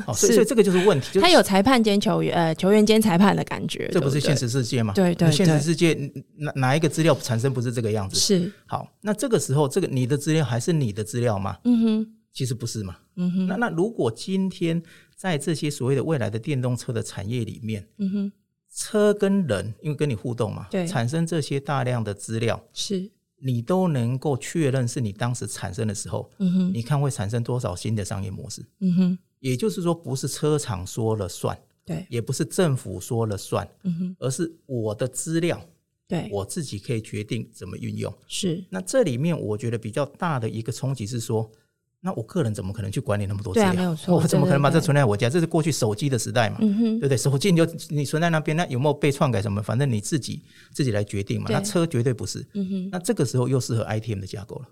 B: 哦，所以
A: 是
B: 所以这个就是问题，就是
A: 他有裁判兼球员，呃，球员兼裁判的感觉，
B: 这不是
A: 对对
B: 现实世界吗？
A: 对对
B: 现
A: 对
B: 实世界哪哪一个资料产生不是这个样子？
A: 是，
B: 好，那这个时候这个你的资料还是你的资料吗？
A: 嗯哼，
B: 其实不是嘛。
A: 嗯哼，
B: 那那如果今天在这些所谓的未来的电动车的产业里面，
A: 嗯哼，
B: 车跟人因为跟你互动嘛，
A: 对
B: 产生这些大量的资料，
A: 是，
B: 你都能够确认是你当时产生的时候，
A: 嗯哼，
B: 你看会产生多少新的商业模式？
A: 嗯哼，
B: 也就是说，不是车厂说了算，
A: 对，
B: 也不是政府说了算，
A: 嗯哼，
B: 而是我的资料
A: 对，
B: 我自己可以决定怎么运用。
A: 是，
B: 那这里面我觉得比较大的一个冲击是说，那我个人怎么可能去管理那么多资
A: 对啊
B: 料？
A: 没
B: 哦
A: 有错
B: 我怎么可能把
A: 对对
B: 这
A: 对
B: 存在我家？这是过去手机的时代嘛，
A: 嗯哼
B: 对，不对？手机你就你存在那边，那有没有被篡改什么？反正你自己自己来决定嘛。
A: 对
B: 那车绝对不是。
A: 嗯哼，
B: 那这个时候又适合 ITM 的架构了，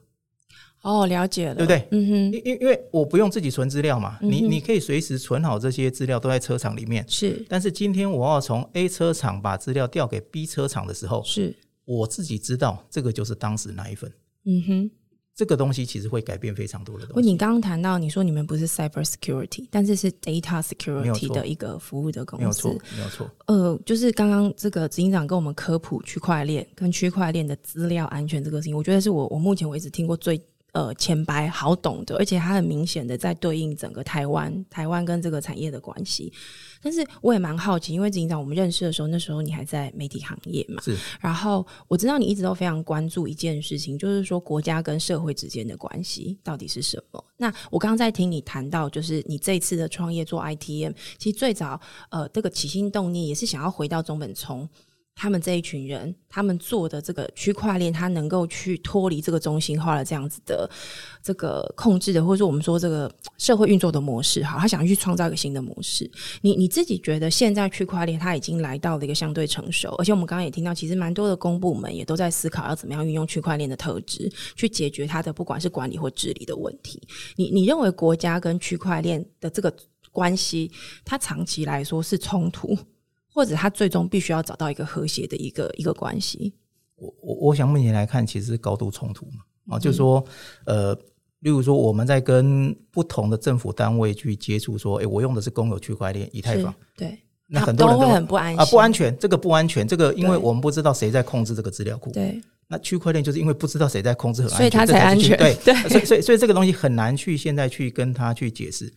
A: 哦，了解了，
B: 对不对？
A: 嗯哼，嗯
B: 因因因为我不用自己存资料嘛，你你可以随时存好这些资料都在车厂里面。
A: 是
B: 但是今天我要从 A 车厂把资料调给 B 车厂的时候，
A: 是，
B: 我自己知道这个就是当时那一份，
A: 嗯哼。
B: 这个东西其实会改变非常多的
A: 不，
B: 东西。
A: 你刚刚谈到，你说你们不是 cyber security，但是是 data
B: 没有
A: security
B: 错
A: 的一个服务的
B: 没有
A: 公
B: 错
A: 司。，
B: 没有错。
A: 呃，就是刚刚这个执行长跟我们科普区块链跟区块链的资料安全这个事情，我觉得是我我目前为止听过最呃浅白好懂的，而且它很明显的在对应整个台湾台湾跟这个产业的关系。但是我也蛮好奇，因为执行长我们认识的时候，那时候你还在媒体行业嘛，
B: 是
A: 然后我知道你一直都非常关注一件事情，就是说国家跟社会之间的关系到底是什么。那我刚刚在听你谈到，就是你这一次的创业做 ITM，其实最早呃这个起心动念也是想要回到中本聪。他们这一群人，他们做的这个区块链，它能够去脱离这个中心化的这样子的这个控制的，或者说我们说这个社会运作的模式，好，他想要去创造一个新的模式。你你自己觉得现在区块链它已经来到了一个相对成熟，而且我们刚刚也听到，其实蛮多的公部门也都在思考要怎么样运用区块链的特质去解决它的不管是管理或治理的问题。你你认为国家跟区块链的这个关系，它长期来说是冲突，或者它最终必须要找到一个和谐的一个一个关系？
B: 我我我想目前来看，其实是高度冲突嘛。啊，就是说，
A: 嗯
B: 呃，例如说我们在跟不同的政府单位去接触，说，诶，我用的是公有区块链以太
A: 是
B: 坊，，
A: 对，
B: 那
A: 它
B: 很多人
A: 都
B: 都
A: 会很不安
B: 啊，
A: 心
B: 不安全，这个不安全，这个因为
A: 对
B: 我们不知道谁在控制这个资料库。
A: 对，
B: 那区块链就是因为不知道谁在控制，很安全
A: 所以它
B: 这
A: 才
B: 是
A: 安
B: 区
A: 全
B: 对，
A: 对
B: 所以所以所以这个东西很难去现在去跟他去解释。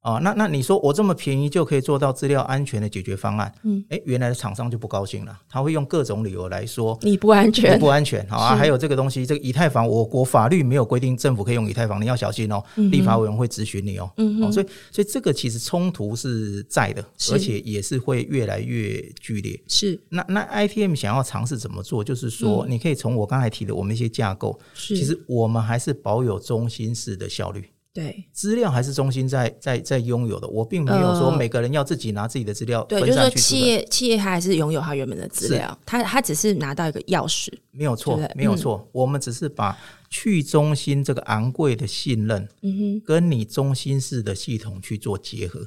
B: 啊，那那你说我这么便宜就可以做到资料安全的解决方案？嗯，哎，原来的厂商就不高兴了，他会用各种理由来说，
A: 你不安
B: 也
A: 全
B: 不，安全。好啊，还有这个东西，这个以太坊，我国法律没有规定政府可以用以太坊，你要小心哦。立法委员会咨询你哦。嗯、哦，所以所以这个其实冲突是在的，
A: 是
B: 而且也是会越来越剧烈。
A: 是
B: 那那 ITM 想要尝试怎么做，就是说，你可以从我刚才提的我们一些架构，
A: 是，
B: 其实我们还是保有中心式的效率。
A: 对。
B: 资料还是中心在在在拥有的，我并没有说
A: 呃
B: 每个人要自己拿自己的资料
A: 对，
B: 分
A: 就是说
B: 散去处
A: 企
B: 理。
A: 业企业它还是拥有它原本的资
B: 是
A: 料，它它只是拿到一个钥匙，
B: 没有错
A: 对嗯不，对
B: 没有错，我们只是把去中心这个昂贵的信任，
A: 嗯
B: 跟你中心式的系统去做结合。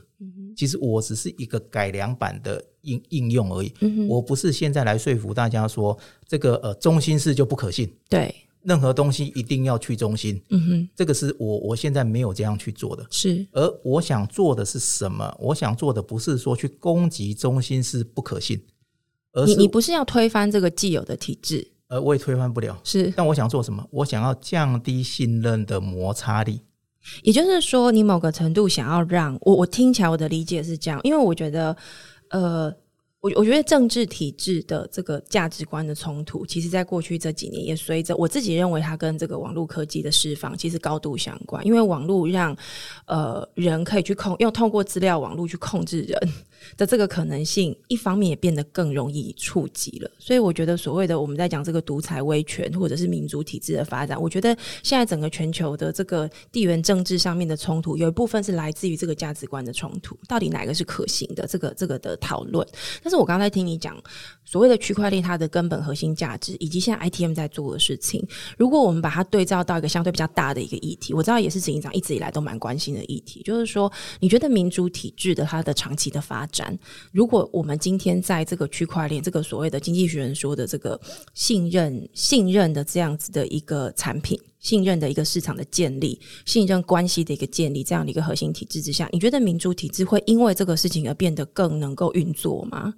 B: 其实我只是一个改良版的应应用而已，
A: 嗯
B: 我不是现在来说服大家说这个呃中心式就不可信，
A: 哼，对，
B: 任何东西一定要去中心，
A: 嗯哼，
B: 这个是我我现在没有这样去做的。
A: 是
B: 而我想做的是什么？我想做的不是说去攻击中心是不可信，而
A: 你
B: 是
A: 你不是要推翻这个既有的体制，
B: 呃我也推翻不了。
A: 是，
B: 但我想做什么？我想要降低信任的摩擦力。
A: 也就是说，你某个程度想要让我，我听起来我的理解是这样，因为我觉得，呃，我我觉得政治体制的这个价值观的冲突，其实在过去这几年也随着我自己认为它跟这个网络科技的释放其实高度相关，因为网络让呃人可以去控，要透过资料网络去控制人的这个可能性，一方面也变得更容易触及了。所以我觉得所谓的我们在讲这个独裁威权或者是民主体制的发展，我觉得现在整个全球的这个地缘政治上面的冲突，有一部分是来自于这个价值观的冲突，到底哪个是可行的？这个这个的讨论。但是我刚才听你讲，所谓的区块链它的根本核心价值，以及现在 ITM 在做的事情，如果我们把它对照到一个相对比较大的一个议题，我知道也是执行长一直以来都蛮关心的议题，就是说，你觉得民主体制的它的长期的发展，如果我们今天在这个区块链这个所谓的经济学人说的这个信任、信任的这样子的一个产品、信任的一个市场的建立、信任关系的一个建立这样的一个核心体制之下，你觉得民主体制会因为这个事情而变得更能够运作吗？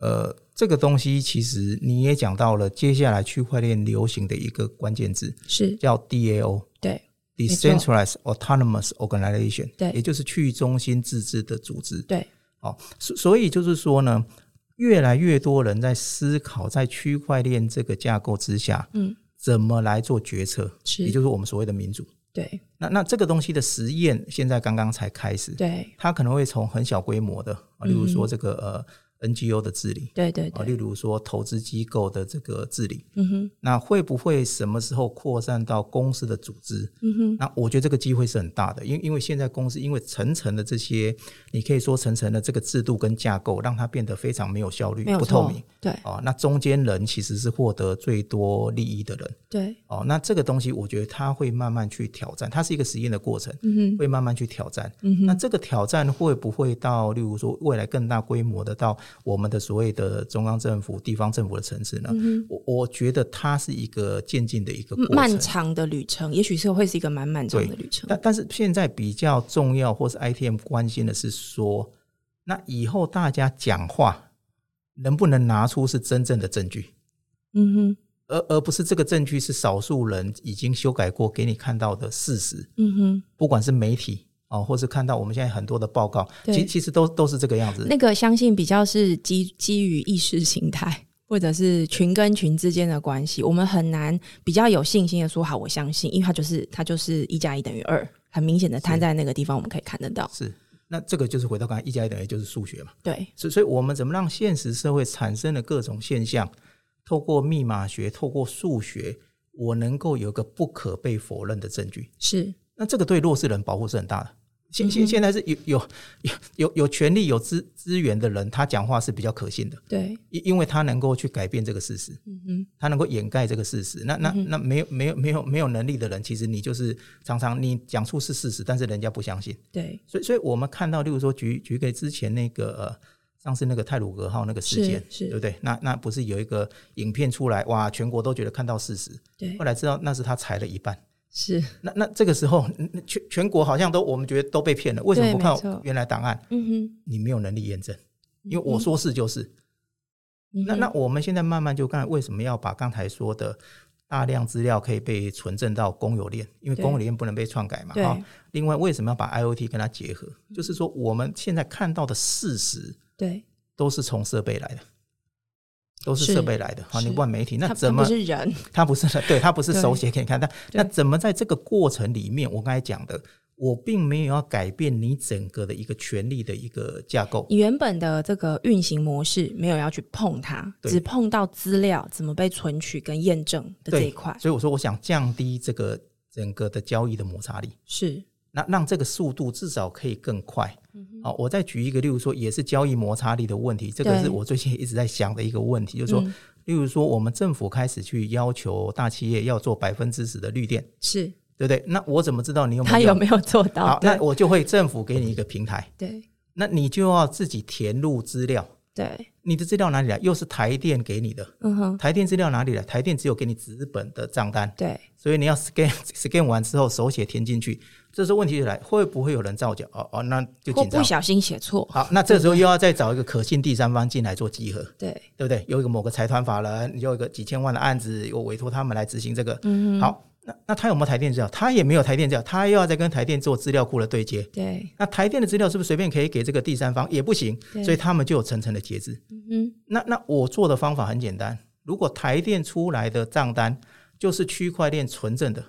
B: 呃，这个东西其实你也讲到了，接下来区块链流行的一个关键字
A: 是
B: 叫 DAO。
A: 对，
B: （decentralized autonomous organization），
A: 对
B: 也就是去中心自治的组织。
A: 对，
B: 哦，所所以就是说呢，越来越多人在思考在区块链这个架构之下，
A: 嗯，
B: 怎么来做决策，
A: 是，
B: 也就是我们所谓的民主。
A: 对
B: 那那这个东西的实验现在刚刚才开始，
A: 对
B: 它可能会从很小规模的，啊例如说这个、呃 NGO 的治理，
A: 对对
B: 啊，
A: 对，
B: 例如说投资机构的这个治理，
A: 嗯哼
B: 那会不会什么时候扩散到公司的组织？
A: 嗯哼，
B: 那我觉得这个机会是很大的，因为因为现在公司因为层层的这些，你可以说层层的这个制度跟架构，让它变得非常没有效率、
A: 没有
B: 不
A: 错
B: 透明。，
A: 对
B: 哦，那中间人其实是获得最多利益的人。
A: 对，
B: 哦，那这个东西我觉得它会慢慢去挑战，它是一个实验的过程，
A: 嗯哼
B: 会慢慢去挑战。
A: 嗯
B: 那
A: 哼，
B: 这个挑战会不会到，例如说未来更大规模的到我们的所谓的中央政府、地方政府的层次呢？我我觉得它是一个渐进的一个过程。
A: 嗯漫长的旅程，也许是会是一个蛮漫长的旅程，
B: 但但是现在比较重要，或是 ITM 关心的是说，那以后大家讲话能不能拿出是真正的证据，
A: 嗯哼
B: 而而不是这个证据是少数人已经修改过给你看到的事实，
A: 嗯哼。
B: 不管是媒体啊、哦或是看到我们现在很多的报告，
A: 对
B: 其其实都都是这个样子。
A: 那个相信比较是基基于意识形态， 或者是群跟群之间的关系，我们很难比较有信心的说好我相信，因为它就是它就是一加一等于二，很明显的摊在那个地方，我们可以看得到。
B: 是，那这个就是回到刚才一加一等于就是数学嘛。
A: 对，
B: 所以所以我们怎么让现实社会产生的各种现象，透过密码学，透过数学，我能够有个不可被否认的证据？
A: 是，
B: 那这个对弱势人保护是很大的。现
A: 嗯
B: 现现在是有有有有有权利有资资源的人，他讲话是比较可信的，
A: 对，
B: 因因为他能够去改变这个事实，
A: 嗯哼，嗯
B: 他能够掩盖这个事实。那那那没有没有没有没有能力的人，其实你就是常常你讲出是事实，但是人家不相信。
A: 对，
B: 所以，所以我们看到，例如说举举个之前那个、呃、上次那个泰鲁格号那个事件，
A: 是是
B: 对不对？那那不是有一个影片出来，哇，全国都觉得看到事实，
A: 对
B: 后，来知道那是他裁了一半。
A: 是，
B: 那那这个时候，嗯嗯全全国好像都我们觉得都被骗了，为什么
A: 对
B: 不
A: 没错
B: 看原来档案？
A: 嗯哼，
B: 你没有能力验证，因为我说是就是。
A: 嗯
B: 那
A: 哼
B: 那我们现在慢慢就看为什么要把刚才说的大量资料可以被存证到公有链，因为
A: 对
B: 公有链不能被篡改嘛。
A: 对嗯
B: 哈另外，为什么要把 IOT 跟它结合？就是说，我们现在看到的事实
A: 对，
B: 都是从设备来的，都是
A: 是
B: 设备来的。哈，
A: 是
B: 你不管媒体，那
A: 它
B: 怎
A: 它
B: 么
A: 不是人？
B: 它不是对它不是
A: 对
B: 手写给你看，但
A: 对
B: 那怎么在这个过程里面，我刚才讲的，我并没有要改变你整个的一个权利的一个架构。
A: 原本的这个运行模式没有要去碰它，
B: 对
A: 只碰到资料怎么被存取跟验证的这
B: 对
A: 一块，
B: 所以我说，我想降低这个整个的交易的摩擦力。
A: 是，
B: 那让这个速度至少可以更快。
A: 嗯
B: 好、我再举一个，例如说，也是交易摩擦力的问题，这个
A: 对嗯
B: 是我最近一直在想的一个问题，就是说，例如说，我们政府开始去要求大企业要做百分之十的绿电，
A: 是
B: 对不对？那我怎么知道你有没
A: 他
B: 有
A: 有
B: 用？
A: 没有做到？
B: 好，那
A: 对
B: 我就会政府给你一个平台，
A: 对
B: 那你就要自己填入资料。
A: 对，
B: 你的资料哪里来？又是台电给你的，
A: 嗯哼，
B: 台电资料哪里来？台电只有给你纸本的账单，
A: 对
B: 所以你要 scan scan 完之后手写填进去，这时候问题就来，会不会有人造假？哦哦，那就
A: 或
B: 紧
A: 不
B: 张。
A: 小心写错，
B: 好，那这时候又要再找一个可信第三方进来做集合，
A: 对，
B: 对不对？有一个某个财团法人，有一个几千万的案子，我委托他们来执行这个。嗯，好，那那他有没有台电资料？他也没有台电资料，他又要再跟台电做资料库的对接。
A: 对，
B: 那台电的资料是不是随便可以给这个第三方？也不行
A: 对，
B: 所以他们就有层层的节制。
A: 嗯
B: 那那我做的方法很简单，如果台电出来的账单就是区块链存证的，
A: 哼，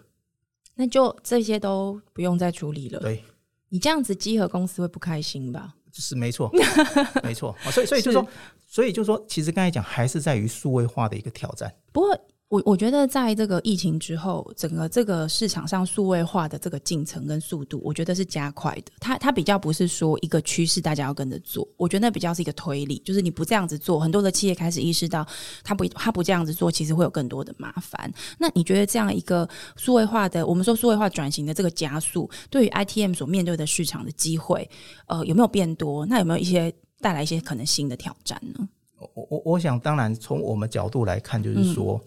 A: 那就这些都不用再处理了。
B: 对，
A: 你这样子，集合公司会不开心吧？
B: 是没错，没错。啊所以所以就是说，所以就是说，其实刚才讲还是在于数位化的一个挑战。
A: 不过，我我觉得在这个疫情之后，整个这个市场上数位化的这个进程跟速度，我觉得是加快的。它它比较不是说一个趋势，大家要跟着做，我觉得那比较是一个推理，就是你不这样子做，很多的企业开始意识到，它不它不这样子做，其实会有更多的麻烦。那你觉得这样一个数位化的，我们说数位化转型的这个加速，对于 ITM 所面对的市场的机会，呃，有没有变多？那有没有一些带来一些可能新的挑战呢？
B: 我我我我想，当然从我们角度来看，
A: 嗯
B: 就是说，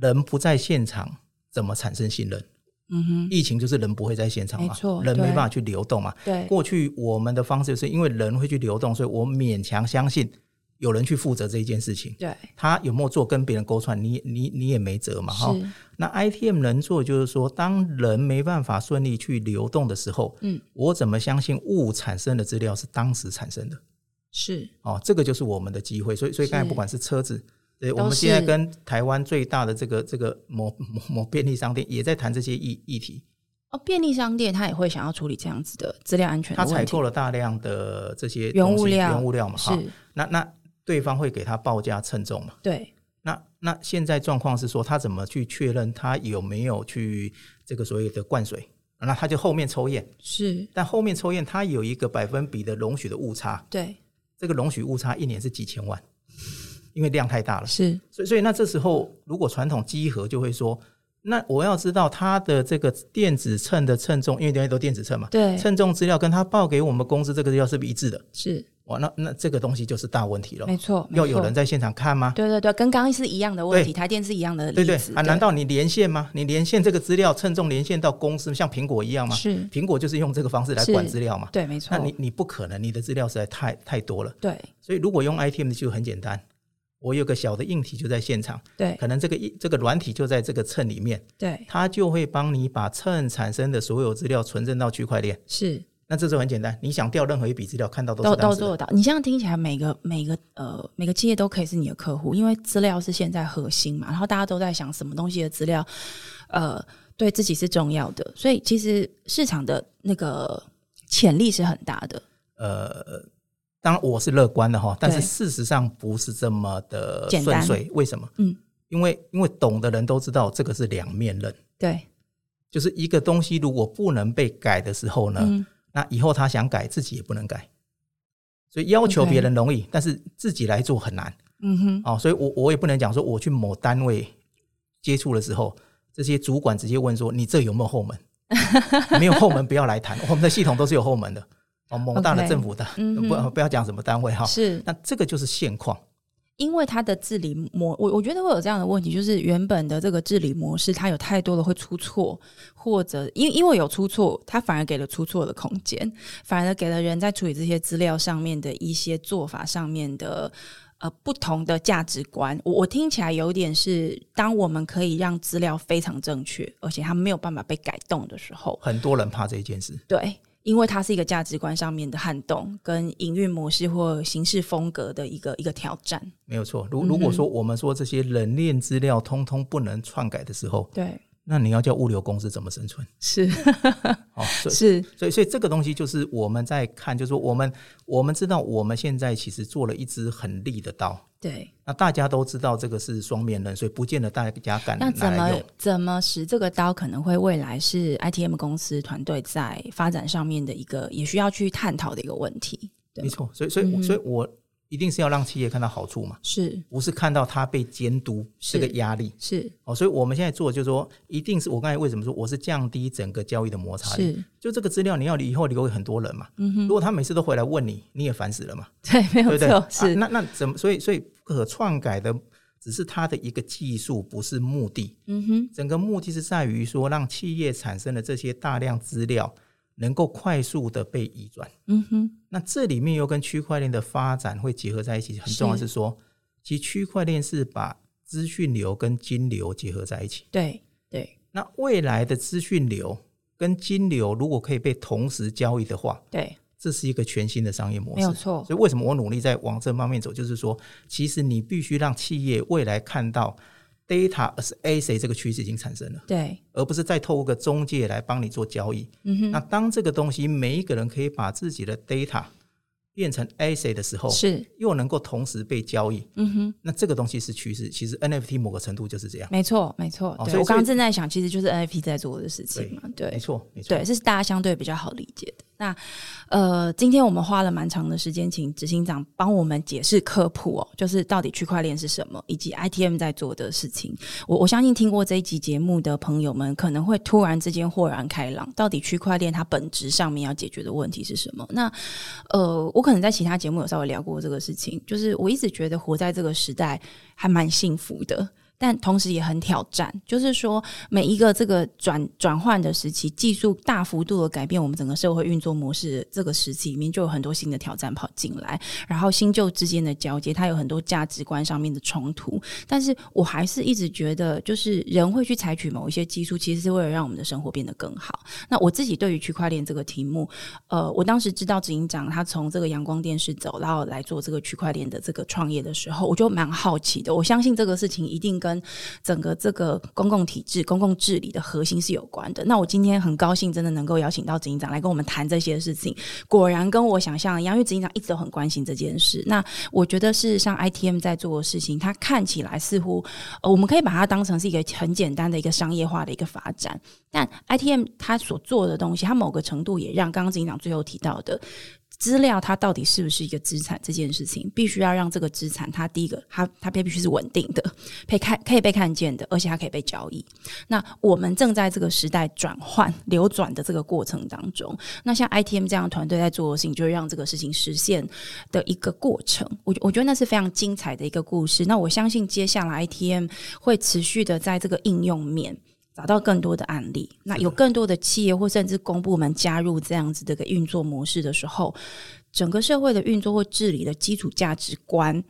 B: 人不在现场怎么产生信任？
A: 嗯哼，
B: 疫情就是人不会在现场嘛，
A: 没错
B: 人没
A: 对
B: 办法去流动嘛。
A: 对
B: 过去我们的方式就是因为人会去流动，所以我勉强相信有人去负责这一件事情，
A: 对，
B: 他有没有做跟别人勾串，你你你也没辙嘛哈。
A: 是
B: 那 ITM 能做就是说，当人没办法顺利去流动的时候，
A: 嗯，
B: 我怎么相信物产生的资料是当时产生的？
A: 是
B: 哦，这个就是我们的机会。所以，所以刚才
A: 是
B: 不管是车子，对，
A: 都
B: 我们现在
A: 是
B: 跟台湾最大的这个这个某某某便利商店也在谈这些议议题。
A: 哦，便利商店他也会想要处理这样子的资料安全
B: 他
A: 的
B: 采
A: 问题
B: 购，了大量的这些
A: 原
B: 东西
A: 物料
B: 原物料嘛，哈，
A: 是
B: 那那对方会给他报价称重嘛？
A: 对，
B: 那那现在状况是说，他怎么去确认他有没有去这个所谓的灌水？那他就后面抽验，
A: 是，
B: 但后面抽验它有一个百分比的容许的误差，
A: 对，
B: 这个容许误差一年是几千万，因为量太大了。
A: 是
B: 所以，所以那这时候如果传统机核就会说，那我要知道它的这个电子秤的称重，因为等于都电子秤嘛，
A: 对，
B: 称重资料跟他报给我们公司这个资料是不是一致的？
A: 是
B: 哇，那那这个东西就是大问题了。
A: 没错，
B: 要
A: 没
B: 有
A: 错
B: 人在现场看吗？
A: 对对对，跟刚刚是一样的问
B: 对
A: 题，台电是一样的
B: 对
A: 例
B: 对
A: 子，
B: 啊，难道你连线吗？你连线这个资料称重连线到公司，像苹果一样吗？
A: 是
B: 苹果就是用这个方式来管
A: 是
B: 资料嘛。
A: 对，没错
B: 那，你你不可能，你的资料实在太太多了。
A: 对
B: 所以如果用 ITM 就很简单，我有个小的硬体就在现场，
A: 对
B: 可能这个硬这个软体就在这个秤里面，
A: 对，
B: 它就会帮你把秤产生的所有资料存证到区块链。
A: 是
B: 那这就很简单，你想调任何一笔资料，看到都
A: 都
B: 是
A: 都
B: 当时
A: 做
B: 的。
A: 得到。你这样听起来，每个每个呃每个企业都可以是你的客户，因为资料是现在核心嘛。然后大家都在想什么东西的资料，呃，对自己是重要的，所以其实市场的那个潜力是很大的。
B: 呃，当然我是乐观的哈，但是
A: 对
B: 事实上不是这么的
A: 简
B: 顺
A: 单
B: 遂。为什么？
A: 嗯，
B: 因为因为懂的人都知道这个是两面刃，
A: 对，
B: 就是一个东西如果不能被改的时候呢，
A: 嗯，
B: 那以后他想改自己也不能改。所以要求别人容易但是自己来做很难
A: 嗯哼，
B: 啊、哦所以我我也不能讲说我去某单位接触的时候，这些主管直接问说你这有没有后 门？没有后门不要来谈，哦我们的系统都是有后门的哦，某大的
A: OK
B: 政府的
A: 嗯哼
B: 不不要讲什么单位哈、
A: 是
B: 那这个就是现况，
A: 因为它的治理模，我我觉得会有这样的问题，就是原本的这个治理模式，它有太多的会出错，或者因因为有出错，它反而给了出错的空间，反而给了人在处理这些资料上面的一些做法上面的。呃，不同的价值观，我我听起来有点是，当我们可以让资料非常正确，而且它没有办法被改动的时候，
B: 很多人怕这一件事。
A: 对，因为它是一个价值观上面的撼动，跟营运模式或行事风格的一个一个挑战。
B: 没有错，
A: 嗯
B: 如如果说我们说这些冷链资料通通不能篡改的时候，
A: 对，
B: 那你要叫物流公司怎么生存？
A: 是
B: 哦，所以
A: 是，
B: 所以所以这个东西就是我们在看，就是说我们我们知道我们现在其实做了一支很利的刀，
A: 对，
B: 那大家都知道这个是双面刃，所以不见得大家敢
A: 那
B: 拿
A: 怎
B: 来
A: 么
B: 用。
A: 怎么使这个刀可能会未来是 ITM 公司团队在发展上面的一个也需要去探讨的一个问题，对嗯
B: 没
A: 吗？
B: 错，所以所以、所以我一定是要让企业看到好处嘛，
A: 是
B: 不是看到它被监督
A: 是
B: 这个压力。
A: 是
B: 哦，所以我们现在做的就是说，一定是我刚才为什么说我是降低整个交易的摩擦力，
A: 是，
B: 就这个资料你要以后留给很多人嘛。
A: 嗯
B: 如
A: 哼，
B: 果他每次都回来问你，你也烦死了嘛，
A: 对，没
B: 对
A: 有
B: 不对？
A: 错，
B: 啊
A: 是
B: 那那怎么？所以所以不可篡改的只是它的一个技术，不是目的。
A: 嗯哼，
B: 整个目的是在于说，让企业产生的这些大量资料能够快速的被移转。
A: 嗯哼，
B: 那这里面又跟区块链的发展会结合在一起。很重要的是说，其实区块链是把资讯流跟金流结合在一起。
A: 对对
B: 那未来的资讯流跟金流如果可以被同时交易的话，
A: 对，
B: 这是一个全新的商业模
A: 没有
B: 式。
A: 错，
B: 所以为什么我努力在往这方面走，就是说，其实你必须让企业未来看到 data as asset 这个趋势已经产生了，
A: 对，
B: 而不是再透过个中介来帮你做交易。
A: 嗯哼，
B: 那当这个东西每一个人可以把自己的 data 变成 asset 的时候，
A: 是，
B: 又能够同时被交易，
A: 嗯哼。
B: 那这个东西是趋势。其实 NFT 某个程度就是这样，
A: 没错，没错。
B: 哦所
A: 对
B: 以
A: 我刚
B: 所
A: 刚
B: 以
A: 正在想，其实就是 NFT 在做的事情嘛。对，
B: 没错，没错。
A: 对，这是大家相对比较好理解的。那呃，今天我们花了蛮长的时间，请执行长帮我们解释科普哦，就是到底区块链是什么，以及 ITM 在做的事情。我我相信听过这一集节目的朋友们，可能会突然之间豁然开朗，到底区块链它本质上面要解决的问题是什么？那呃，我可能在其他节目有稍微聊过这个事情，就是我一直觉得活在这个时代还蛮幸福的。但同时也很挑战。就是说，每一个这个转转换的时期，技术大幅度的改变我们整个社会运作模式，这个时期里面就有很多新的挑战跑进来，然后新旧之间的交接，它有很多价值观上面的冲突。但是我还是一直觉得，就是人会去采取某一些技术，其实是为了让我们的生活变得更好。那我自己对于区块链这个题目，呃，我当时知道执行长他从这个阳光电视走，然后来做这个区块链的这个创业的时候，我就蛮好奇的。我相信这个事情一定跟整个这个公共体制、公共治理的核心是有关的。那我今天很高兴，真的能够邀请到执行长来跟我们谈这些事情。果然跟我想象一样，因为执行长一直都很关心这件事。那我觉得事实上，ITM 在做的事情，它看起来似乎、呃我们可以把它当成是一个很简单的一个商业化的一个发展。但 ITM 它所做的东西，它某个程度也让刚刚警长最后提到的。资料它到底是不是一个资产这件事情，必须要让这个资产它第一个它它必须是稳定的，被看可以被看见的，而且它可以被交易。那我们正在这个时代转换流转的这个过程当中，那像 ITM 这样的团队在做的事情，就是让这个事情实现的一个过程。我我觉得那是非常精彩的一个故事。那我相信接下来 ITM 会持续的在这个应用面。找到更多的案例，那有更多的企业或甚至公部门加入这样子的一个运作模式的时候，整个社会的运作或治理的基础价值观，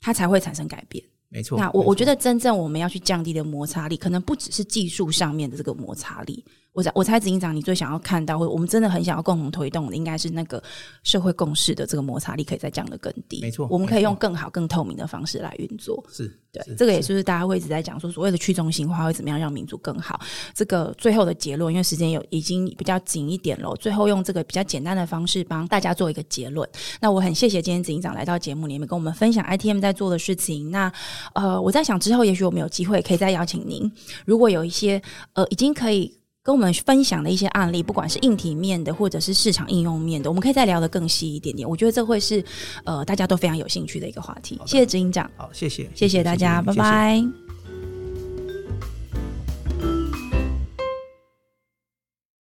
A: 它才会产生改变。
B: 没错。
A: 那我
B: 没
A: 我觉得
B: 错
A: 真正我们要去降低的摩擦力，可能不只是技术上面的这个摩擦力。我猜我猜，执行长你最想要看到，或者我们真的很想要共同推动的，应该是那个社会共识的这个摩擦力可以再降得更低。
B: 没错
A: 我们可以
B: 没错
A: 用更好、更透明的方式来运作。
B: 是
A: 对，
B: 是
A: 这个也就是大家会一直在讲说，所谓的去中心化会怎么样让民主更好。这个最后的结论，因为时间有已经比较紧一点了，最后用这个比较简单的方式帮大家做一个结论。那我很谢谢今天执行长来到节目里面跟我们分享 ITM 在做的事情。那呃，我在想之后，也许我们有机会可以再邀请您，如果有一些呃已经可以。跟我们分享的一些案例，不管是硬体面的，或者是市场应用面的，我们可以再聊得更细一点点。我觉得这会是呃大家都非常有兴趣的一个话题。谢谢执行长。
B: 好，谢谢，
A: 谢谢大家，拜
B: 谢谢
A: 拜。